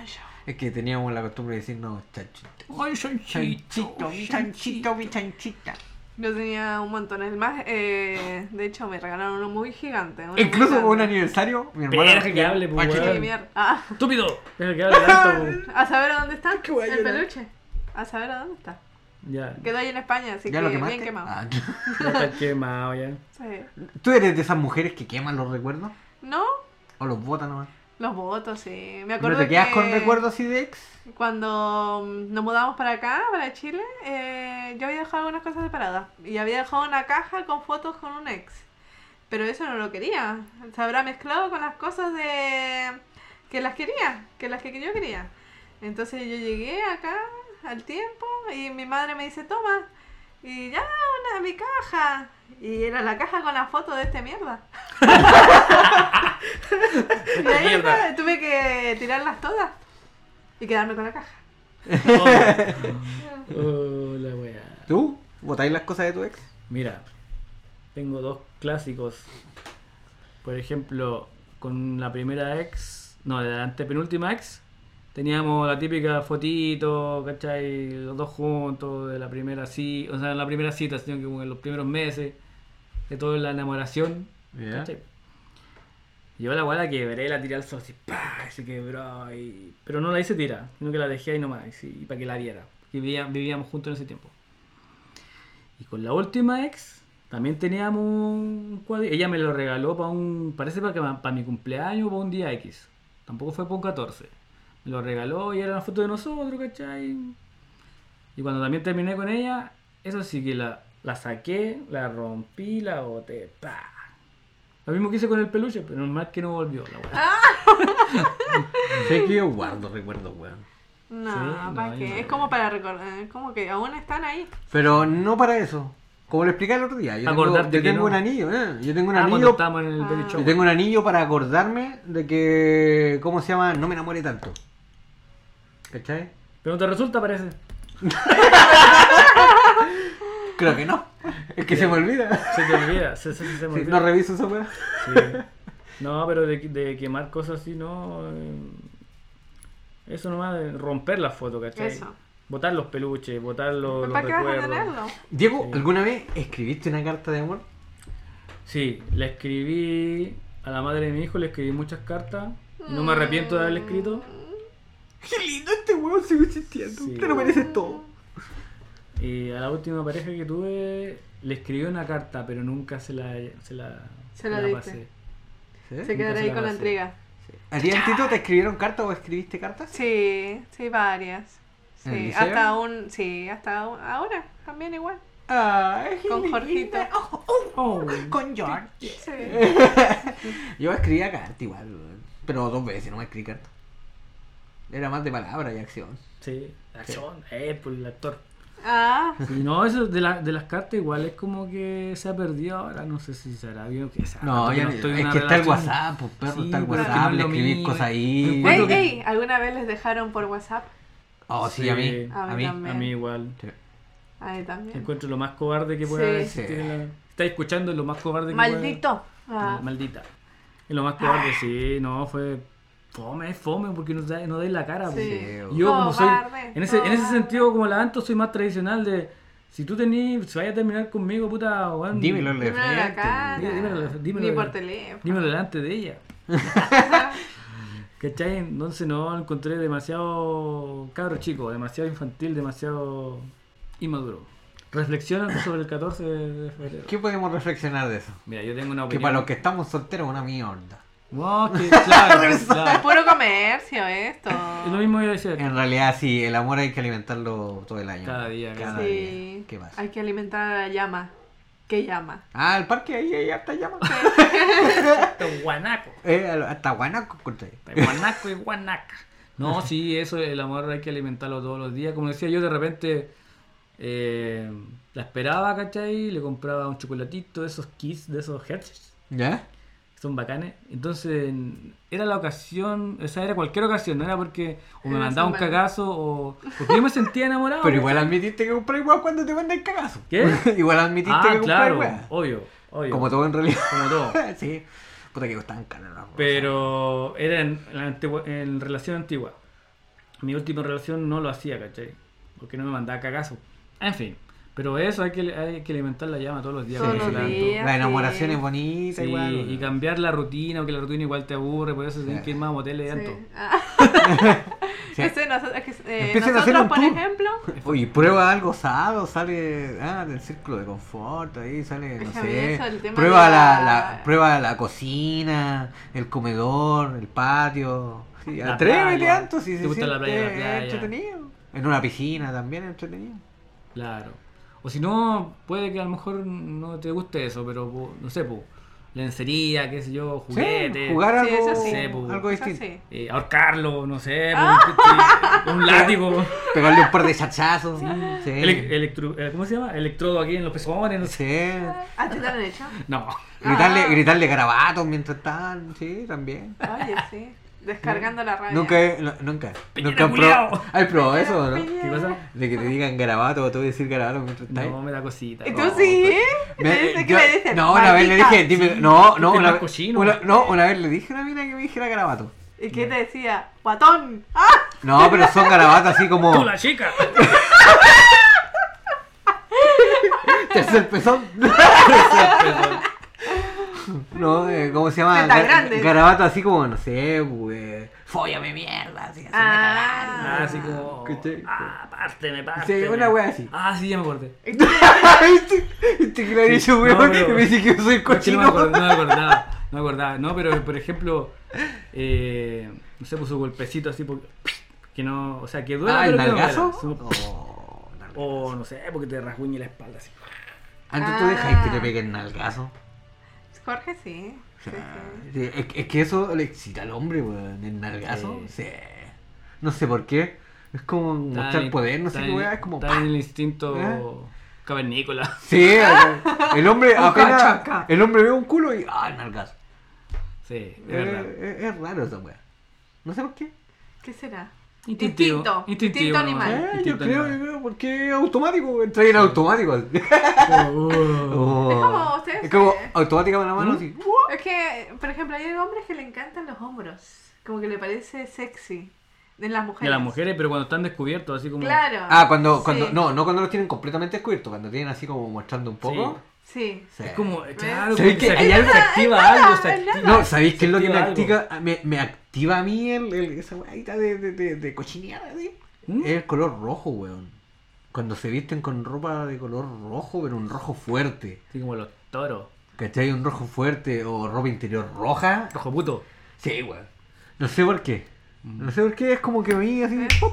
Speaker 1: Es que teníamos la costumbre de decirnos chancho.
Speaker 7: Ah.
Speaker 3: Ay, chanchito.
Speaker 1: mi chanchito, mi chanchita.
Speaker 7: Yo tenía un montón. Es más, eh, de hecho, me regalaron uno muy gigante. uno muy
Speaker 1: Incluso
Speaker 7: grande.
Speaker 1: por un aniversario, mi hermano.
Speaker 3: Deja que hable, pues,
Speaker 1: Machito.
Speaker 7: Sí, mierda.
Speaker 1: (laughs)
Speaker 7: Ah,
Speaker 3: Estúpido. Deja que hable tanto. po.
Speaker 7: a saber a dónde está
Speaker 1: voy a
Speaker 7: el
Speaker 1: llorar.
Speaker 7: peluche. A saber a dónde está.
Speaker 3: Ya.
Speaker 7: Quedó ahí en España, así
Speaker 1: ¿Ya
Speaker 7: que
Speaker 1: lo
Speaker 7: bien
Speaker 1: quemaste?
Speaker 7: quemado.
Speaker 1: Ah,
Speaker 3: Ya (laughs) está quemado ya.
Speaker 7: Sí.
Speaker 1: ¿Tú eres de esas mujeres que queman los recuerdos?
Speaker 7: ¿No?
Speaker 1: ¿O los botan nomás?
Speaker 7: Los votos, sí. Me
Speaker 1: ¿No
Speaker 7: acuerdo
Speaker 1: te quedas
Speaker 7: que
Speaker 1: con recuerdos así de ex?
Speaker 7: Cuando mm, nos mudamos para acá, para Chile, eh, yo había dejado algunas cosas separadas. Y había dejado una caja con fotos con un ex. Pero eso no lo quería. Se habrá mezclado con las cosas de que las quería, que las que yo quería. Entonces yo llegué acá al tiempo y mi madre me dice, toma. Y ya, una mi caja. Y era la caja con la foto de este mierda. (laughs) y ahí
Speaker 3: Mierda.
Speaker 7: no, tuve que tirarlas todas y quedarme con la caja.
Speaker 3: Oh, oh, la wea.
Speaker 1: ¿Tú? ¿Botáis las cosas de tu ex?
Speaker 3: Mira, tengo dos clásicos. Por ejemplo, con la primera ex, no, la antepenúltima ex, teníamos la típica fotito, ¿cachai? Los dos juntos, de la primera cita, o sea, en la primera cita, sino que como en los primeros meses, de toda la enamoración, ¿cachai? Yo la weá la quebré, la tiré al sol, así, ¡pah! se quebró, y... pero no la hice tirar, sino que la dejé ahí nomás, así, para que la viera, que vivía- vivíamos juntos en ese tiempo. Y con la última ex, también teníamos un cuadrito. Ella me lo regaló para un. Parece para, que, para mi cumpleaños o para un día X. Tampoco fue para un 14. Me lo regaló y era una foto de nosotros, ¿cachai? Y cuando también terminé con ella, eso sí que la, la saqué, la rompí, la boté. ¡pa! Lo mismo que hice con el peluche, pero normal que no volvió la weá.
Speaker 7: Ah.
Speaker 1: Sé que yo guardo recuerdos, weón.
Speaker 7: No,
Speaker 3: Sí,
Speaker 7: ¿para
Speaker 3: no,
Speaker 7: qué?
Speaker 3: yo-
Speaker 7: Es como para recordar, es como que aún están ahí.
Speaker 1: Pero no para eso. Como le expliqué el otro día, yo tengo,
Speaker 3: Acordarte
Speaker 1: yo
Speaker 3: que
Speaker 1: tengo
Speaker 3: no.
Speaker 1: un anillo, ¿eh? Yo tengo un
Speaker 3: Ah, cuando
Speaker 1: anillo.
Speaker 3: estábamos en el baby
Speaker 7: Ah.
Speaker 3: shower.
Speaker 1: Yo tengo un anillo para acordarme de que. ¿Cómo se llama? No me enamore tanto. ¿Cachai?
Speaker 3: Pero no te resulta, parece.
Speaker 1: Creo que no. (laughs) Es que se me olvida.
Speaker 3: Se te olvida, se, se- se
Speaker 1: (laughs)
Speaker 3: me
Speaker 1: Sí,
Speaker 3: olvida.
Speaker 1: no reviso esa weá.
Speaker 3: Sí. No, pero de, de quemar cosas así, no. eh, Eso nomás de romper la foto, ¿cachai?
Speaker 7: Eso.
Speaker 3: Botar los peluches, botar los, los
Speaker 7: ¿Para qué vas a
Speaker 3: recuerdos.
Speaker 7: tenerlo?
Speaker 1: Diego,
Speaker 3: Sí.
Speaker 1: ¿alguna vez escribiste una carta de amor?
Speaker 3: Sí, le escribí a la madre de mi hijo, le escribí muchas cartas. No
Speaker 7: Mm.
Speaker 3: me arrepiento de haberle escrito.
Speaker 1: Qué lindo este weón sigue existiendo.
Speaker 3: Sí.
Speaker 1: Te lo mereces todo.
Speaker 3: Y a la última pareja que tuve, le escribí una carta, pero nunca se la, se la,
Speaker 7: Se la diste.
Speaker 1: ¿Sí?
Speaker 7: Se quedará
Speaker 3: se
Speaker 7: ahí
Speaker 3: la
Speaker 7: con la
Speaker 3: pasé.
Speaker 7: intriga.
Speaker 1: ¿A ti, Antito, te escribieron cartas o escribiste cartas?
Speaker 7: Sí, sí, varias.
Speaker 1: ¿En el
Speaker 7: Sí,
Speaker 1: liceo?
Speaker 7: hasta un, sí, hasta un- ahora también igual.
Speaker 1: Ay,
Speaker 7: Con Jorgito.
Speaker 1: Oh, oh,
Speaker 3: Oh,
Speaker 1: con George.
Speaker 7: Sí.
Speaker 1: Yo escribía carta igual, weón. pero dos veces no me escribí carta. Era más de palabra y acción.
Speaker 3: sí, acción, eh, por el actor.
Speaker 1: (laughs)
Speaker 7: Ah,
Speaker 3: Y no, eso de, la- de las cartas igual es como que se ha perdido ahora, no sé si será bien o que será.
Speaker 1: No,
Speaker 3: porque
Speaker 1: ya
Speaker 3: estoy en
Speaker 1: es
Speaker 3: una
Speaker 1: que está el
Speaker 3: relación.
Speaker 1: WhatsApp, pues, perro,
Speaker 3: Sí,
Speaker 1: está el
Speaker 3: pero es que
Speaker 1: WhatsApp,
Speaker 3: no es
Speaker 1: le
Speaker 3: lo
Speaker 1: escribís
Speaker 3: mismo,
Speaker 1: cosas
Speaker 3: yo
Speaker 1: ahí.
Speaker 3: encuentro
Speaker 7: ey,
Speaker 3: que-
Speaker 7: ey, ¿alguna vez les dejaron por WhatsApp?
Speaker 1: Oh, sí, a mí.
Speaker 3: Sí.
Speaker 1: A
Speaker 7: A
Speaker 1: mí.
Speaker 7: mí
Speaker 3: A mí igual.
Speaker 1: Sí.
Speaker 7: Ahí también.
Speaker 3: Encuentro lo más cobarde que pueda
Speaker 7: Sí.
Speaker 3: existir. en la- Está escuchando lo más cobarde que
Speaker 7: Maldito.
Speaker 3: pueda.
Speaker 7: Ah,
Speaker 3: Maldita. Y lo más cobarde, sí, no, fue fome, es fome, porque no, da- no dais la cara.
Speaker 7: Sí.
Speaker 3: pues.
Speaker 1: weón.
Speaker 3: Y Yo como soy,
Speaker 7: Cobarde,
Speaker 3: en ese, en ese
Speaker 7: cobarde.
Speaker 3: sentido, como la Anto, soy más tradicional de, si tú tenés, si vayas a terminar conmigo, puta, weón,
Speaker 1: Dímelo de
Speaker 7: Dímelo en la
Speaker 1: frente,
Speaker 7: cara.
Speaker 1: weón.
Speaker 3: Dímelo, dímelo.
Speaker 7: Ni por teléfono.
Speaker 3: dímelo delante de
Speaker 1: (laughs)
Speaker 3: ella. ¿Cachai? Entonces no, lo encontré demasiado cabro chico, demasiado infantil, demasiado inmaduro. Reflexiona sobre el 14 de febrero.
Speaker 1: ¿Qué podemos reflexionar de eso?
Speaker 3: Mira, yo tengo una
Speaker 1: Que
Speaker 3: opinión.
Speaker 1: para los que estamos solteros es una mierda.
Speaker 3: Wow,
Speaker 1: (laughs)
Speaker 3: que- claro,
Speaker 7: Es
Speaker 3: claro.
Speaker 7: puro comercio esto.
Speaker 3: Es lo mismo que yo decía.
Speaker 1: En realidad, sí, el amor hay que alimentarlo todo el año.
Speaker 3: Cada día,
Speaker 1: cada
Speaker 3: cada
Speaker 1: día.
Speaker 7: Sí.
Speaker 1: ¿Qué pasa?
Speaker 7: Hay que alimentar a la llama. ¿Qué llama?
Speaker 1: Ah, el parque ahí, ahí hasta
Speaker 7: (laughs)
Speaker 1: llama.
Speaker 3: Este guanaco.
Speaker 1: Eh, hasta guanaco encontré.
Speaker 3: Este Guanaco y guanaca.
Speaker 1: (laughs)
Speaker 3: No, sí, eso, el amor hay que alimentarlo todos los días. Como decía yo, de repente eh, la esperaba, ¿cachai? Le compraba un chocolatito, de esos kits, de esos hershey's
Speaker 1: ¿Ya?
Speaker 3: son bacanes. Entonces, era la ocasión, o sea, era cualquier ocasión, no era porque o me
Speaker 7: Era
Speaker 3: mandaba un
Speaker 7: semana.
Speaker 3: cagazo o. Porque yo me sentía enamorado.
Speaker 1: Pero igual admitiste que compré igual cuando te mandan cagazo.
Speaker 3: ¿Qué?
Speaker 1: (laughs) igual admitiste
Speaker 3: Ah,
Speaker 1: que compré
Speaker 3: claro,
Speaker 1: igual.
Speaker 3: obvio, obvio.
Speaker 1: Como todo en realidad.
Speaker 3: Como todo.
Speaker 1: (laughs) sí. Puta que costaban caras las rosas.
Speaker 3: Pero era en, la antigua- en relación antigua. Mi última relación no lo hacía, ¿cachai? Porque no me mandaba cagazo. En fin, pero eso hay que, hay que alimentar la llama todos los días.
Speaker 1: Sí,
Speaker 7: Todos
Speaker 3: como
Speaker 7: los
Speaker 3: se tanto.
Speaker 7: días.
Speaker 1: La enamoración
Speaker 7: sí.
Speaker 1: es bonita
Speaker 3: Sí,
Speaker 1: igual.
Speaker 3: y cambiar la rutina, o que la rutina igual te aburre, por eso tienes que ir más a moteles y tanto.
Speaker 7: Sí. Ah,
Speaker 1: Sí.
Speaker 7: (laughs) ese nosotros, que, eh,
Speaker 1: Empiecen a hacer
Speaker 7: nosotros,
Speaker 1: un
Speaker 7: por
Speaker 1: tour.
Speaker 7: ejemplo,
Speaker 1: Oye, prueba algo osado, sale ah, del círculo de confort, ahí sale, no
Speaker 7: Déjame
Speaker 1: sé.
Speaker 7: eso, el tema
Speaker 1: Prueba
Speaker 7: de
Speaker 1: la...
Speaker 7: la-
Speaker 1: la- prueba la cocina, el comedor, el patio. Sí,
Speaker 3: La
Speaker 1: atrévete
Speaker 3: playa.
Speaker 1: tanto si
Speaker 3: ¿Te
Speaker 1: se
Speaker 3: gusta la playa? La
Speaker 1: siente
Speaker 3: playa.
Speaker 1: entretenido. En una piscina también es entretenido.
Speaker 3: Claro. O si no, puede que a lo mejor no te guste eso, pero po, no sé, po, lencería, qué sé yo,
Speaker 1: Sí,
Speaker 3: juguete,
Speaker 1: jugar
Speaker 7: Sí,
Speaker 1: algo,
Speaker 7: eso sí.
Speaker 3: Sí, pues.
Speaker 1: algo
Speaker 7: es
Speaker 1: distinto.
Speaker 7: así.
Speaker 3: eh, ahorcarlo, no sé,
Speaker 1: Ah. (laughs)
Speaker 3: po, un látigo,
Speaker 1: Pegarle un par de chachazos. mm, Sí.
Speaker 3: ele- electro- eh, ¿cómo se llama? Electrodo aquí en los pezones, no sé.
Speaker 1: Sí.
Speaker 7: (laughs) ¿A ti te Ah, lo han hecho?
Speaker 3: No.
Speaker 1: Gritarle,
Speaker 7: Ah.
Speaker 1: gritarle garabatos mientras están, sí, también.
Speaker 7: Oye, sí. Descargando la radio.
Speaker 1: Nunca, he- no- nunca,
Speaker 3: Piñera,
Speaker 1: nunca.
Speaker 3: culiao.
Speaker 1: pro- ¿Has probado eso no?
Speaker 3: ¿Qué cosa?
Speaker 1: De que te digan garabato, te voy a decir garabato mientras estás.
Speaker 3: No, me da cosita.
Speaker 7: ¿Y tú
Speaker 3: no.
Speaker 7: sí?
Speaker 1: Oh, pues, Me-
Speaker 7: ¿Le dices-
Speaker 1: yo-
Speaker 7: qué le dices?
Speaker 1: no, una vez le
Speaker 7: Maldita.
Speaker 1: dije, dime, no, no,
Speaker 3: Este
Speaker 1: una,
Speaker 3: más cochino.
Speaker 1: una- no, una vez le dije a una mina que me dijera garabato.
Speaker 7: ¿Y qué te decía? ¡Guatón! ¡Ah!
Speaker 1: No, pero son garabatos así
Speaker 3: (laughs) Tú,
Speaker 1: como
Speaker 3: la
Speaker 1: (laughs)
Speaker 3: chica.
Speaker 1: tercer
Speaker 3: (laughs)
Speaker 1: pezón. No, eh, ¿cómo se llama?
Speaker 7: Tetas
Speaker 1: Gar-
Speaker 7: grandes.
Speaker 1: Garabato así como, no sé,
Speaker 3: (laughs)
Speaker 1: pues, fóllame mierda, así, así
Speaker 7: Ah.
Speaker 3: Ah, así como.
Speaker 1: ¿Cachai?
Speaker 3: Ah, párteme, párteme.
Speaker 1: Sí, una wea así.
Speaker 3: Ah, sí, ya me acordé.
Speaker 1: este, este que le había
Speaker 3: Sí,
Speaker 1: dicho,
Speaker 3: no,
Speaker 1: weón,
Speaker 3: pero-
Speaker 1: y me dice que yo soy
Speaker 3: Es que No
Speaker 1: cochino.
Speaker 3: me, acor- no me acordaba, no me acordaba. No, pero por ejemplo, eh, no sé, puso golpecito así porque. Que no, o sea, que duele.
Speaker 1: (laughs) ah, el
Speaker 3: pero que no
Speaker 1: nalgazo.
Speaker 3: duela. Su-
Speaker 1: Oh, nalgazo.
Speaker 3: O no sé, porque te rasguñe la espalda así.
Speaker 1: Antes tú
Speaker 7: Ah.
Speaker 1: dejáis que te peguen nalgazo.
Speaker 7: Jorge, sí. Sí, sí.
Speaker 1: Sí, es, es que eso le excita al hombre, weón. El nalgazo.
Speaker 3: Sí.
Speaker 1: sí. No sé por qué. Es como
Speaker 3: Está
Speaker 1: mostrar
Speaker 3: en-
Speaker 1: poder, no sé
Speaker 3: está
Speaker 1: qué
Speaker 3: en-
Speaker 1: weón. Es como.
Speaker 3: Está
Speaker 1: ¡pah!
Speaker 3: en el instinto
Speaker 1: ¿Eh?
Speaker 3: cavernícola. (laughs)
Speaker 1: Sí, el- el
Speaker 7: (laughs)
Speaker 1: hombre
Speaker 7: Oca,
Speaker 1: apenas.
Speaker 7: chaca.
Speaker 1: El hombre ve un culo y. ¡Ah, el nalgazo!
Speaker 3: Sí, es
Speaker 1: Eh,
Speaker 3: verdad.
Speaker 1: eh, es raro esa weón. No sé por qué.
Speaker 7: ¿Qué será? Instinto, instintivo
Speaker 3: Ah,
Speaker 7: animal.
Speaker 1: Eh, yo
Speaker 3: Instinto
Speaker 1: creo, yo
Speaker 3: animal.
Speaker 1: creo, porque es automático, entra ahí en automático. así.
Speaker 3: (laughs) Oh.
Speaker 1: Oh.
Speaker 7: como ustedes-
Speaker 1: Es como automática con la mano,
Speaker 3: ¿Mm?
Speaker 1: así.
Speaker 7: Es que, por ejemplo, hay hombres que le encantan los hombros. Como que le parece sexy. De las mujeres.
Speaker 3: De las mujeres, pero cuando están descubiertos, así como.
Speaker 7: Claro.
Speaker 1: Ah, cuando,
Speaker 7: Sí.
Speaker 1: cuando, no, no cuando los tienen completamente descubiertos, cuando tienen así como mostrando un poco.
Speaker 7: Sí.
Speaker 1: Sí.
Speaker 3: Es como, claro,
Speaker 1: Se
Speaker 3: como
Speaker 1: ve
Speaker 3: que
Speaker 1: que
Speaker 3: se,
Speaker 1: hay algo-
Speaker 3: se activa algo, se
Speaker 7: es
Speaker 3: activa.
Speaker 1: No, ¿sabéis qué es lo que me
Speaker 3: Activa algo.
Speaker 1: activa? Ah, Me, me activa a mí el, el- esa weadita de, de, de, de cochineada, así.
Speaker 3: ¿Mm?
Speaker 1: Es el color rojo, weón. Cuando se visten con ropa de color rojo, pero un rojo fuerte.
Speaker 3: Así como los toros.
Speaker 1: ¿Cachai? Un rojo fuerte o ropa interior roja.
Speaker 3: Rojo puto.
Speaker 1: Sí, weón. No sé por qué. No sé por qué, es como que me vi así. ¡pum!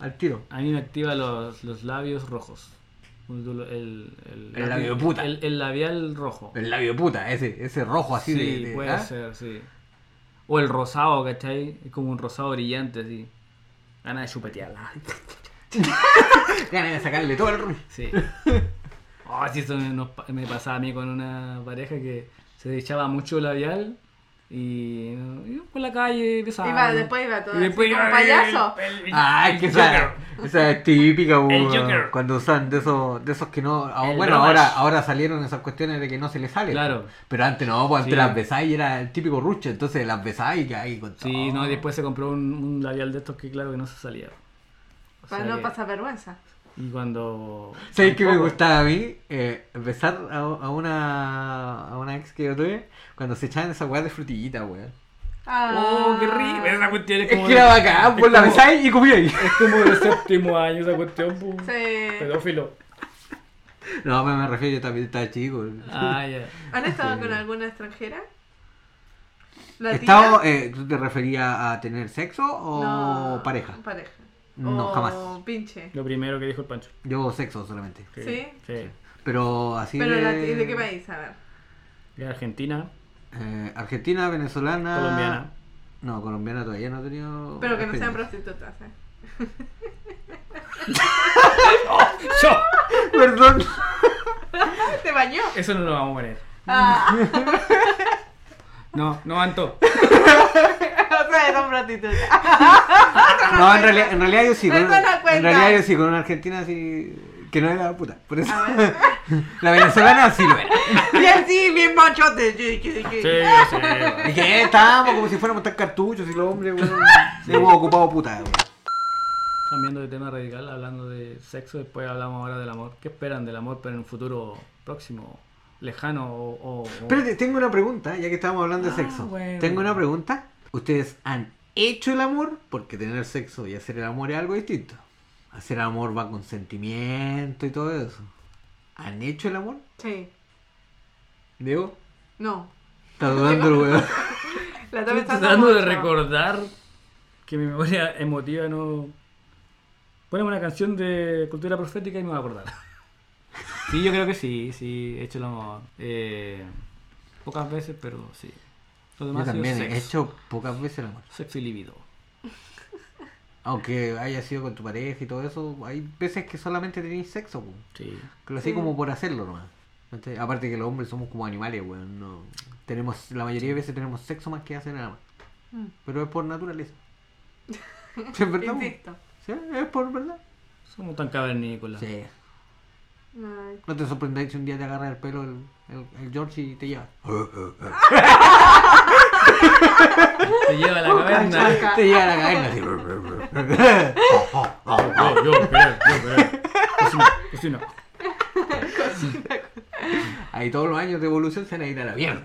Speaker 1: Al tiro.
Speaker 3: A mí me activa los, los labios rojos. Un dolo- El,
Speaker 1: El labio de puta.
Speaker 3: El, el labial rojo.
Speaker 1: El labio de puta, ese, ese rojo así
Speaker 3: sí,
Speaker 1: de. de-
Speaker 3: puede
Speaker 1: ¿ah?
Speaker 3: ser, sí. O el rosado, ¿cachai? Es como un rosado brillante, así. Gana
Speaker 1: (laughs)
Speaker 3: de chupetearla.
Speaker 1: (laughs) Ganas de sacarle todo el ruido.
Speaker 3: Sí. Oh, sí, eso me, nos pa- me pasaba a mí con una pareja que se echaba mucho labial y, y por la calle besaba.
Speaker 7: Iba, después iba todo
Speaker 3: Y después
Speaker 7: así como
Speaker 3: iba
Speaker 7: payaso.
Speaker 3: el- el-
Speaker 1: Ay,
Speaker 3: el
Speaker 1: que
Speaker 3: Joker.
Speaker 1: esa, esa es típica,
Speaker 3: El
Speaker 1: weón,
Speaker 3: Joker.
Speaker 1: Cuando usan de esos, de esos que no. ah,
Speaker 3: El
Speaker 1: bueno,
Speaker 3: Bromash.
Speaker 1: ahora, ahora salieron esas cuestiones de que no se les sale.
Speaker 3: Claro.
Speaker 1: Pero antes no, pues antes
Speaker 3: Sí.
Speaker 1: las besáis y era el típico rucho, entonces las besáis y caí con todo.
Speaker 3: Sí, no, y después se compró un, un labial de estos que claro que no se salía. O
Speaker 7: Para
Speaker 3: sea
Speaker 7: no
Speaker 3: que-
Speaker 7: pasar vergüenza.
Speaker 3: Y cuando...
Speaker 1: ¿Sabes qué me
Speaker 3: tampoco.
Speaker 1: gustaba a mí? Eh, besar a, a una, a una ex que yo tuve cuando se echaban esa weá de frutillita, weón.
Speaker 3: ¡Oh,
Speaker 7: Ah,
Speaker 3: qué rico! Esa cuestión es
Speaker 1: Es
Speaker 3: como...
Speaker 1: que era bacán,
Speaker 3: es
Speaker 1: pues la
Speaker 3: como-
Speaker 1: besáis y comíais.
Speaker 3: Es como de séptimo año esa cuestión, pu.
Speaker 7: Sí.
Speaker 3: Pedófilo.
Speaker 1: (laughs) No, me, me refiero, yo también estaba chico.
Speaker 3: Ah, ya.
Speaker 7: ¿Han estado con alguna extranjera? ¿Latina?
Speaker 1: Estaba, eh, ¿Tú te referías a tener sexo o
Speaker 7: No,
Speaker 1: pareja?
Speaker 7: Pareja.
Speaker 1: No,
Speaker 7: o
Speaker 1: jamás.
Speaker 7: pinche.
Speaker 3: Lo primero que dijo el Pancho.
Speaker 1: Yo sexo solamente.
Speaker 3: Sí.
Speaker 7: ¿Sí?
Speaker 3: Sí.
Speaker 1: Pero así
Speaker 7: Pero
Speaker 1: de...
Speaker 7: lati- ¿de qué país? A ver.
Speaker 3: De Argentina,
Speaker 1: Eh, Argentina, venezolana...
Speaker 3: colombiana.
Speaker 1: No, colombiana todavía no he tenido...
Speaker 7: Pero que no sean
Speaker 1: experiencia.
Speaker 7: prostitutas, ¿eh? (laughs)
Speaker 3: ¡Yo!
Speaker 7: (laughs)
Speaker 1: Perdón.
Speaker 7: ¿Te bañó?
Speaker 3: Eso no lo vamos a poner.
Speaker 7: Ah,
Speaker 3: No, no, Anto.
Speaker 7: o sea, son prostitutas.
Speaker 1: No, en realidad, en realidad yo sí.
Speaker 7: Me
Speaker 1: Con,
Speaker 7: doy la Ah, cuenta.
Speaker 1: en realidad yo sí, con una argentina así... Que no era puta. Por eso...
Speaker 7: Ah,
Speaker 1: (laughs) la venezolana sí lo era.
Speaker 7: (laughs) Y así, bien machote. Sí, sí, sí.
Speaker 3: Sí, sí.
Speaker 1: ¿Y qué? "Eh, Estábamos como si fuéramos tan cartuchos y los hombres,
Speaker 3: (laughs)
Speaker 1: weón. Sí, hemos ocupado puta, weón.
Speaker 3: Cambiando de tema radical, hablando de sexo, después hablamos ahora del amor. ¿Qué esperan del amor para un futuro próximo, lejano o...? o- o-
Speaker 1: Espérate, tengo una pregunta, ya que estábamos hablando
Speaker 3: Ah,
Speaker 1: de sexo.
Speaker 3: bueno.
Speaker 1: Tengo una pregunta. ¿Ustedes han hecho el amor? Porque tener sexo y hacer el amor es algo distinto. Hacer amor va con sentimiento y todo eso. ¿Han hecho el amor?
Speaker 7: Sí.
Speaker 1: Diego,
Speaker 7: No.
Speaker 1: está dudando el (laughs) weón.
Speaker 7: La
Speaker 3: Estoy
Speaker 7: estaba
Speaker 3: tratando de recordar que mi memoria emotiva no... Ponemos una canción de cultura profética y me voy a acordar. Sí, yo creo que sí, sí, he hecho el amor. Eh, pocas veces, pero sí. Lo
Speaker 1: Yo
Speaker 3: demás ha sido
Speaker 1: también he
Speaker 3: sexo.
Speaker 1: hecho pocas veces el amor.
Speaker 3: Sexo y libido.
Speaker 1: Aunque haya sido con tu pareja y todo eso, hay veces que solamente tenéis sexo, po.
Speaker 3: Sí.
Speaker 1: Que lo hacéis
Speaker 7: Sí.
Speaker 1: como por hacerlo nomás. ¿Cachai? Aparte que los hombres somos como animales, weón. No, tenemos, la mayoría de veces tenemos sexo más que hacer nada más.
Speaker 7: Mm.
Speaker 1: Pero es por
Speaker 7: (laughs)
Speaker 1: naturaleza. Sí, es verdad. po.
Speaker 7: Insisto.
Speaker 1: Sí, es por verdad.
Speaker 3: Somos tan cavernícolas.
Speaker 1: Sí.
Speaker 7: Ay.
Speaker 1: No te sorprendáis si un día te agarra el pelo el, el, el George y te lleva.
Speaker 3: Te lleva a la caverna.
Speaker 1: (laughs) te lleva a la cadena así.
Speaker 3: Yo, yo, espera, yo, espera. Cocina, cocina.
Speaker 1: Ahí todos los años de evolución se necesita la mierda.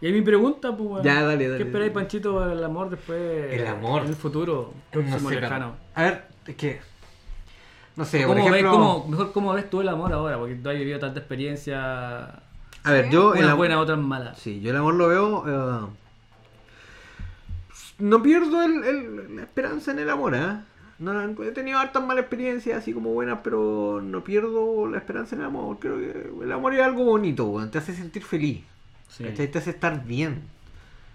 Speaker 3: Y ahí mi pregunta, pues.
Speaker 1: (laughs) Ya, dale, dale.
Speaker 3: ¿Qué esperáis, Panchito, para el amor después?
Speaker 1: El amor.
Speaker 3: En el futuro, próximo
Speaker 1: sé,
Speaker 3: lejano.
Speaker 1: A ver, es que. No sé, por
Speaker 3: ¿Cómo ves,
Speaker 1: ejemplo.
Speaker 3: cómo, mejor, ¿Cómo ves tú el amor ahora? Porque tú has vivido tanta experiencia.
Speaker 1: A ver, yo. el
Speaker 3: Unas
Speaker 1: am-
Speaker 3: buenas, otras malas.
Speaker 1: Sí, yo el amor lo veo. eh, no pierdo el- el- la esperanza en el amor, ¿eh? No, no, he tenido hartas malas experiencias, así como buenas, pero no pierdo la esperanza en el amor. Creo que el amor es algo bonito, weón, te hace sentir feliz,
Speaker 3: Sí.
Speaker 1: ¿cachai? Te hace estar bien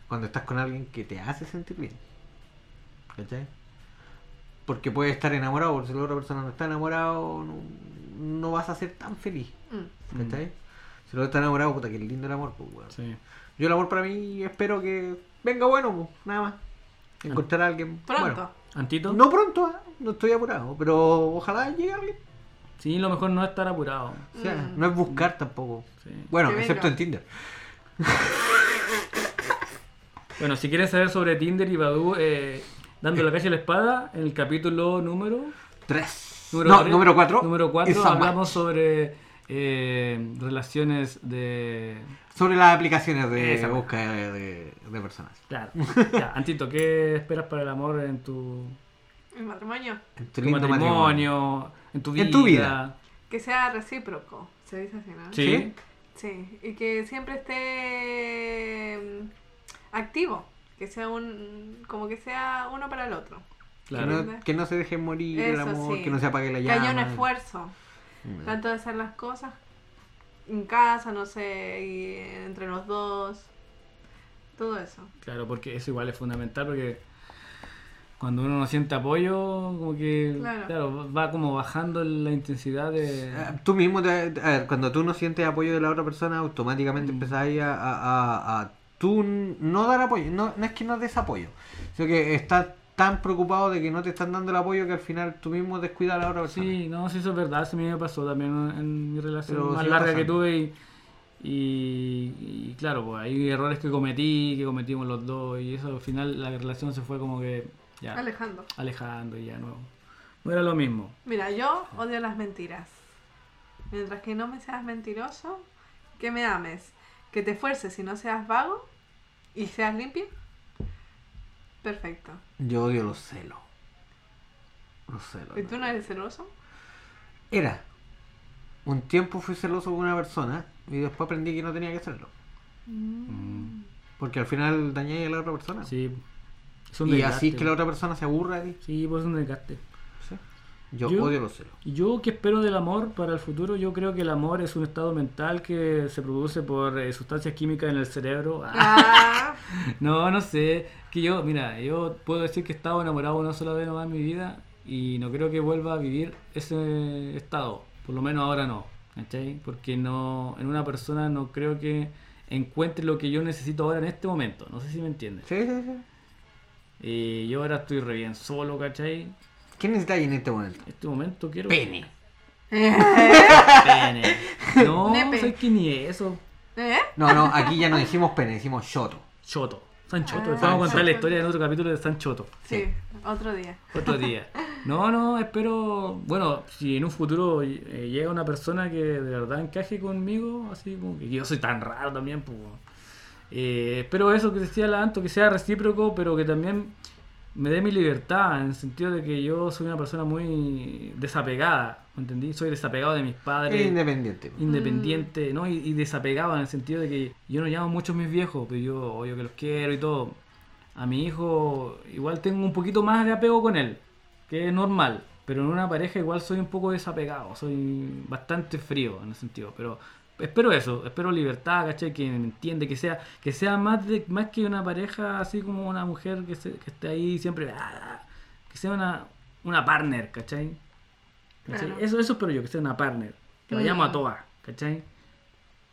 Speaker 1: cuando estás con alguien que te hace sentir bien, ¿cachai? Porque puedes estar enamorado, pero si la otra persona no está enamorado, no, no vas a ser tan feliz.
Speaker 7: Mm.
Speaker 1: ¿cachai? Si no está enamorado, puta, que lindo el amor, pues, weón.
Speaker 3: Sí.
Speaker 1: Yo el amor para mí espero que venga bueno, po, nada más. Encontrar a alguien.
Speaker 7: Pronto.
Speaker 3: Antito.
Speaker 1: Bueno, no pronto, ah, no estoy apurado, pero ojalá llegue alguien.
Speaker 3: Sí, lo mejor no es estar apurado.
Speaker 1: O sea, no es buscar tampoco.
Speaker 3: Sí.
Speaker 1: Bueno,
Speaker 7: Mm. Que venga.
Speaker 1: excepto en Tinder.
Speaker 3: Bueno, si quieren saber sobre Tinder y Badu, eh, dando la calle a la espada, en el capítulo número
Speaker 1: Tres.
Speaker 3: Número
Speaker 1: no,
Speaker 3: tres-
Speaker 1: número cuatro.
Speaker 3: Número
Speaker 1: es
Speaker 3: 4
Speaker 1: San Juan.
Speaker 3: hablamos sobre eh, relaciones de...
Speaker 1: Sobre las aplicaciones de
Speaker 3: Esa,
Speaker 1: busca de, de- de personas. (laughs)
Speaker 3: Claro. Ya, Antito, ¿qué esperas para el amor en tu,
Speaker 7: El matrimonio.
Speaker 1: En tu
Speaker 3: tu
Speaker 1: lindo
Speaker 3: matrimonio,
Speaker 1: matrimonio.
Speaker 3: en tu vida?
Speaker 1: En tu
Speaker 7: Que sea recíproco. Se dice así, ¿no?
Speaker 3: Sí.
Speaker 1: ¿Sí?
Speaker 7: Sí, y que siempre esté mm, activo, que sea un como que sea uno para el otro.
Speaker 1: Que,
Speaker 3: Claro.
Speaker 1: no, que no se deje morir el
Speaker 7: Eso
Speaker 1: amor,
Speaker 7: sí.
Speaker 1: que no se apague la
Speaker 7: Que
Speaker 1: llama.
Speaker 7: haya un esfuerzo,
Speaker 1: Mm.
Speaker 7: tanto de hacer las cosas en casa, no sé, y entre los dos, todo eso.
Speaker 3: Claro, porque eso igual es fundamental porque cuando uno no siente apoyo, como que
Speaker 7: Claro.
Speaker 3: claro, va como bajando la intensidad de...
Speaker 1: Eh, Tú mismo, te- a ver, cuando tú no sientes apoyo de la otra persona, automáticamente empezás ahí a, a- a- a tú no dar apoyo. No, no es que no des apoyo, sino que estás tan preocupado de que no te están dando el apoyo que al final tú mismo descuidas a la otra persona.
Speaker 3: Sí, no, sí, eso es verdad, eso a mí me pasó también en mi relación
Speaker 1: Pero
Speaker 3: más
Speaker 1: sigue
Speaker 3: larga que
Speaker 1: pasando.
Speaker 3: tuve y, y- y claro, pues hay errores que cometí, que cometimos los dos y eso al final la relación se fue como que ya
Speaker 7: Alejandro,
Speaker 3: alejando y ya no, no era lo mismo.
Speaker 7: mira, yo odio las mentiras. Mientras que no me seas mentiroso, que me ames, que te esfuerces y no seas vago y seas limpio, perfecto.
Speaker 1: Yo odio los celos. Los celos.
Speaker 7: ¿Y tú no eres celoso?
Speaker 1: Era. Un tiempo fui celoso con una persona y después aprendí que no tenía que hacerlo.
Speaker 7: Mm.
Speaker 1: Porque al final dañé a la otra persona.
Speaker 3: Sí, es
Speaker 1: y así es
Speaker 3: desgaste,
Speaker 1: que la otra persona se aburra de ti.
Speaker 3: Sí, pues es un desgaste.
Speaker 1: Sí. Yo,
Speaker 3: Yo-
Speaker 1: odio los celos.
Speaker 3: Y Yo que espero del amor para el futuro, yo creo que el amor es un estado mental que se produce por eh, sustancias químicas en el cerebro. Ah.
Speaker 7: (laughs) Ah,
Speaker 3: (laughs) No, no sé. Que yo, mira, yo puedo decir que he estado enamorado una sola vez nomás en mi vida y no creo que vuelva a vivir ese estado. Por lo menos ahora no. ¿Cachai? Porque no, en una persona no creo que encuentre lo que yo necesito ahora en este momento. No sé si me entiendes.
Speaker 1: Sí, sí, sí.
Speaker 3: Y yo ahora estoy re bien solo, ¿cachai?
Speaker 1: ¿Qué necesitáis en este momento?
Speaker 3: En este momento quiero.
Speaker 1: Pene.
Speaker 7: ¿Eh?
Speaker 3: Pene. No,
Speaker 7: Nepe.
Speaker 3: sé que ni eso.
Speaker 7: ¿eh?
Speaker 1: No, no, aquí ya no decimos pene, decimos shoto.
Speaker 3: Choto. San Choto.
Speaker 7: Ah,
Speaker 3: Vamos a contar la
Speaker 7: Choto.
Speaker 3: historia en otro capítulo de San Choto.
Speaker 7: Sí, otro día.
Speaker 3: Otro día. No, no, espero. Bueno, si en un futuro eh, llega una persona que de verdad encaje conmigo, así como que yo soy tan raro también, pues. bueno. Eh, espero eso que decía la Anto, que sea recíproco, pero que también me dé mi libertad, en el sentido de que yo soy una persona muy desapegada, ¿me ¿entendí? Soy desapegado de mis
Speaker 1: Eres
Speaker 3: padres
Speaker 1: independiente.
Speaker 3: independiente, ¿no? Y, y desapegado en el sentido de que yo no llamo mucho a mis viejos, pero yo obvio que los quiero y todo. A mi hijo igual tengo un poquito más de apego con él, que es normal, pero en una pareja igual soy un poco desapegado, soy bastante frío en el sentido, pero espero eso, espero libertad, ¿cachai? Que me entiende, que sea, que sea más de, más que una pareja así como una mujer que, se- que esté ahí siempre, ah, que sea una, una partner, ¿cachai? ¿Cachai?
Speaker 7: Claro. Mm.
Speaker 3: Eso, eso espero yo, que sea una partner. Que vayamos a todas, ¿cachai?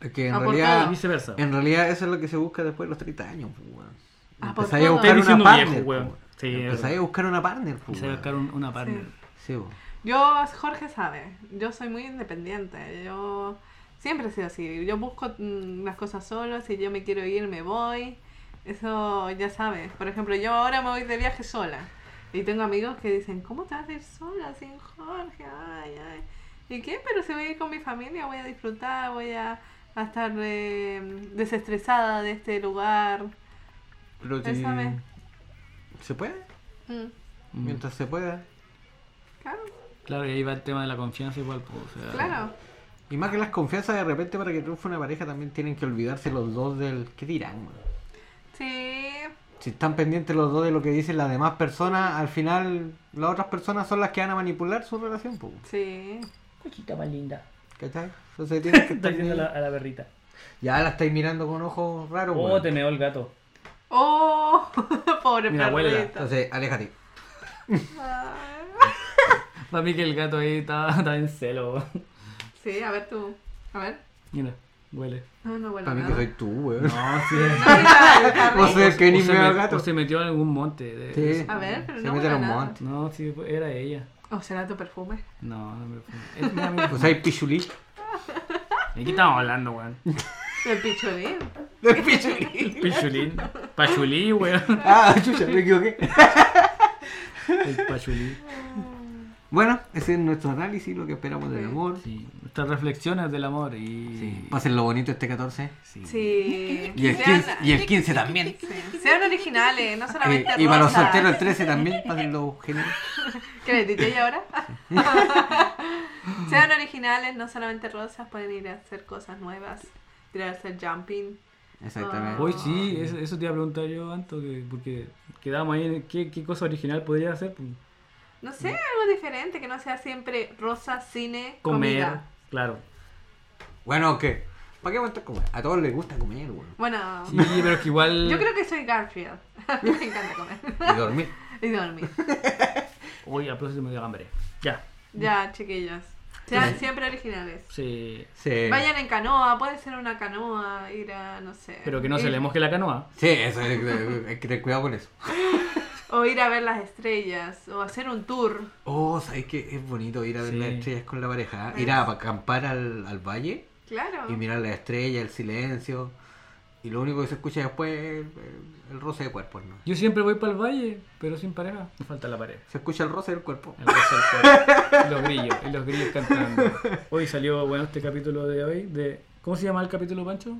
Speaker 1: Es que en
Speaker 7: Aportada.
Speaker 3: Y
Speaker 1: realidad,
Speaker 3: viceversa.
Speaker 1: en realidad eso es lo que se busca después de los 30 años. pues, weón. Empezáis
Speaker 7: Aportada.
Speaker 1: a buscar
Speaker 3: Estoy
Speaker 1: una
Speaker 3: diciendo
Speaker 1: partner.
Speaker 3: viejo,
Speaker 1: pues,
Speaker 3: weón.
Speaker 1: weón.
Speaker 3: Sí, es
Speaker 1: Empezáis a
Speaker 3: verdad.
Speaker 1: buscar una partner. pues,
Speaker 3: Quise
Speaker 1: weón.
Speaker 3: buscar un- una partner.
Speaker 1: Sí, weón.
Speaker 7: Yo, Jorge sabe, yo soy muy independiente, yo siempre he sido así, yo busco mm, las cosas solo, si yo me quiero ir me voy, eso ya sabes, por ejemplo yo ahora me voy de viaje sola y tengo amigos que dicen, ¿cómo te vas a ir sola sin Jorge? Ay, ay. ¿Y qué? Pero si voy a ir con mi familia, voy a disfrutar, voy a, a estar eh, desestresada de este lugar.
Speaker 1: Pero
Speaker 7: Él
Speaker 1: si-
Speaker 7: sabe.
Speaker 1: ¿Se puede?
Speaker 7: Mm,
Speaker 3: Mm.
Speaker 1: Mientras se pueda.
Speaker 7: claro,
Speaker 3: Claro, y ahí va el tema de la confianza igual. pues, o
Speaker 1: Ah.
Speaker 3: sea,
Speaker 7: claro.
Speaker 1: Y más que las confianzas de repente para que triunfe una pareja también tienen que olvidarse los dos del... ¿Qué dirán? weón?
Speaker 7: Sí,
Speaker 1: Si están pendientes los dos de lo que dicen las demás personas, al final las otras personas son las que van a manipular su relación. Pues,
Speaker 7: sí.
Speaker 3: Cosita más linda.
Speaker 1: ¿Cachai? Entonces tienes que
Speaker 3: (laughs) Está
Speaker 1: estar...
Speaker 3: diciendo a la, a la perrita.
Speaker 1: Ya la estáis mirando con ojos raros.
Speaker 3: Oh,
Speaker 1: weón.
Speaker 3: te meó el gato.
Speaker 7: Oh, (laughs) pobre
Speaker 3: Mira, huélala.
Speaker 7: perrito.
Speaker 1: Entonces, aléjate.
Speaker 3: (laughs) Para mí que el gato ahí estaba, estaba en celo.
Speaker 7: Sí, a ver tú. A ver.
Speaker 3: Mira. Huele.
Speaker 7: No, no huele
Speaker 1: Para mí que
Speaker 7: nada.
Speaker 1: soy tú, weón.
Speaker 3: No, sí.
Speaker 1: (laughs)
Speaker 7: (laughs)
Speaker 1: O sea, que ni
Speaker 3: o, se
Speaker 1: me
Speaker 3: me-
Speaker 1: da
Speaker 3: o
Speaker 1: gato.
Speaker 3: se metió en algún monte. de-
Speaker 1: Sí.
Speaker 3: de-
Speaker 7: A ver, pero
Speaker 1: Se
Speaker 7: no
Speaker 1: mete
Speaker 7: huele
Speaker 1: a los
Speaker 7: nada.
Speaker 1: montes.
Speaker 3: No, sí, era ella.
Speaker 7: ¿O Oh, será tu perfume?
Speaker 3: No, no me es mi amiga.
Speaker 1: (laughs) O sea, hay
Speaker 7: (laughs)
Speaker 1: pichulí.
Speaker 3: ¿De qué estamos hablando, weón?
Speaker 7: El picholín.
Speaker 1: El pichulí.
Speaker 3: Pichulín. Pachulí, weón.
Speaker 1: Ah, chucha, me equivoqué.
Speaker 3: El pachulí.
Speaker 1: Bueno, ese es nuestro análisis, lo que esperamos del
Speaker 7: Sí.
Speaker 1: amor.
Speaker 3: Sí. Nuestras reflexiones del amor y.
Speaker 1: Pasen lo bonito este 14.
Speaker 3: Sí.
Speaker 7: Sí.
Speaker 1: Y el
Speaker 7: Sean-
Speaker 1: 15, y el 15 también.
Speaker 7: sí. Sean originales, no
Speaker 1: Eh,
Speaker 7: solamente
Speaker 1: y para los
Speaker 7: rosas.
Speaker 1: solteros el 13 también, pasen lo genial.
Speaker 7: ¿Qué les dije yo ahora? (laughs) Sean originales, no solamente rosas, pueden ir a hacer cosas nuevas, tirarse el jumping.
Speaker 1: Exactamente.
Speaker 3: Hoy sí, eso, eso te iba a preguntar yo, Anto, que- porque quedamos ahí en qué, qué cosa original podría hacer. pues,
Speaker 7: No sé, algo diferente, que no sea siempre rosa, cine,
Speaker 3: Comer,
Speaker 7: comida. (laughs)
Speaker 3: claro.
Speaker 1: Bueno, ¿qué? ¿Para qué aguantar comer? A todos les gusta comer, weón.
Speaker 7: Bueno,
Speaker 3: Sí, pero es que igual.
Speaker 7: yo creo que soy Garfield. (laughs) Me encanta comer (laughs)
Speaker 1: Y dormir.
Speaker 7: y dormir.
Speaker 3: Uy, a propósito me dio hambre. Ya.
Speaker 7: Ya, chiquillos. Sean siempre originales.
Speaker 3: Sí.
Speaker 1: Sí.
Speaker 7: Vayan en canoa, puede ser una canoa, ir a, no sé.
Speaker 3: Pero que no se
Speaker 7: ir-
Speaker 3: le mosque la canoa.
Speaker 1: Sí, eso, hay que- hay que tener cuidado con eso.
Speaker 7: O ir a ver las estrellas, o hacer un tour.
Speaker 1: Oh, ¿sabes qué? Es bonito ir a ver
Speaker 3: Sí.
Speaker 1: las estrellas con la pareja. ¿ah? Ir a acampar al, al valle
Speaker 7: Claro.
Speaker 1: y mirar las estrellas, el silencio. Y lo único que se escucha después es el, el roce de cuerpos, ¿no?
Speaker 3: Yo siempre voy para el valle, pero sin pareja. Me falta la pareja.
Speaker 1: Se escucha el roce del cuerpo.
Speaker 3: El beso al cuerpo. Y los grillos, y los grillos cantando. Hoy salió, bueno, este capítulo de hoy. de ¿Cómo se llama el capítulo, Pancho?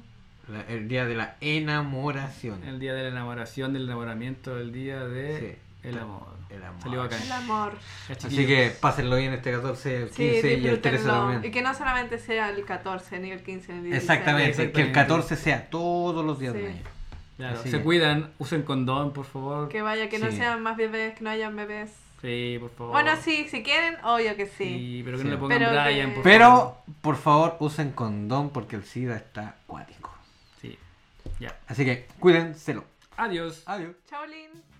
Speaker 1: La- el día de la enamoración.
Speaker 3: El día de la enamoración, del enamoramiento, el día de
Speaker 1: Sí.
Speaker 3: el amor.
Speaker 1: El amor.
Speaker 3: Salió bacán.
Speaker 7: El amor.
Speaker 3: Ya,
Speaker 1: Así
Speaker 3: chiquillos.
Speaker 1: que pásenlo bien este 14, el
Speaker 7: Sí,
Speaker 1: 15 y el 13
Speaker 7: disfrútenlo.
Speaker 1: también.
Speaker 7: Y que no solamente sea el 14, ni el 15, ni el 16.
Speaker 1: Exactamente, que el
Speaker 3: Exactamente.
Speaker 1: 14 sea todos los días
Speaker 7: Sí.
Speaker 1: del año.
Speaker 3: Claro,
Speaker 1: Así
Speaker 3: se
Speaker 1: que-
Speaker 3: cuidan, usen condón, por favor.
Speaker 7: Que vaya, que no
Speaker 1: Sí.
Speaker 7: sean más bebés, que no hayan bebés.
Speaker 3: Sí, por favor.
Speaker 7: Bueno, sí, si quieren, obvio que sí.
Speaker 3: Sí, pero que
Speaker 1: Sí.
Speaker 3: no le pongan
Speaker 7: Pero que-
Speaker 3: Brian, por favor.
Speaker 1: Pero, por favor, usen condón porque el SIDA está acuático.
Speaker 3: Sí. Ya.
Speaker 1: Así que cuídenselo.
Speaker 3: Adiós.
Speaker 1: Adiós.
Speaker 7: Chaolín.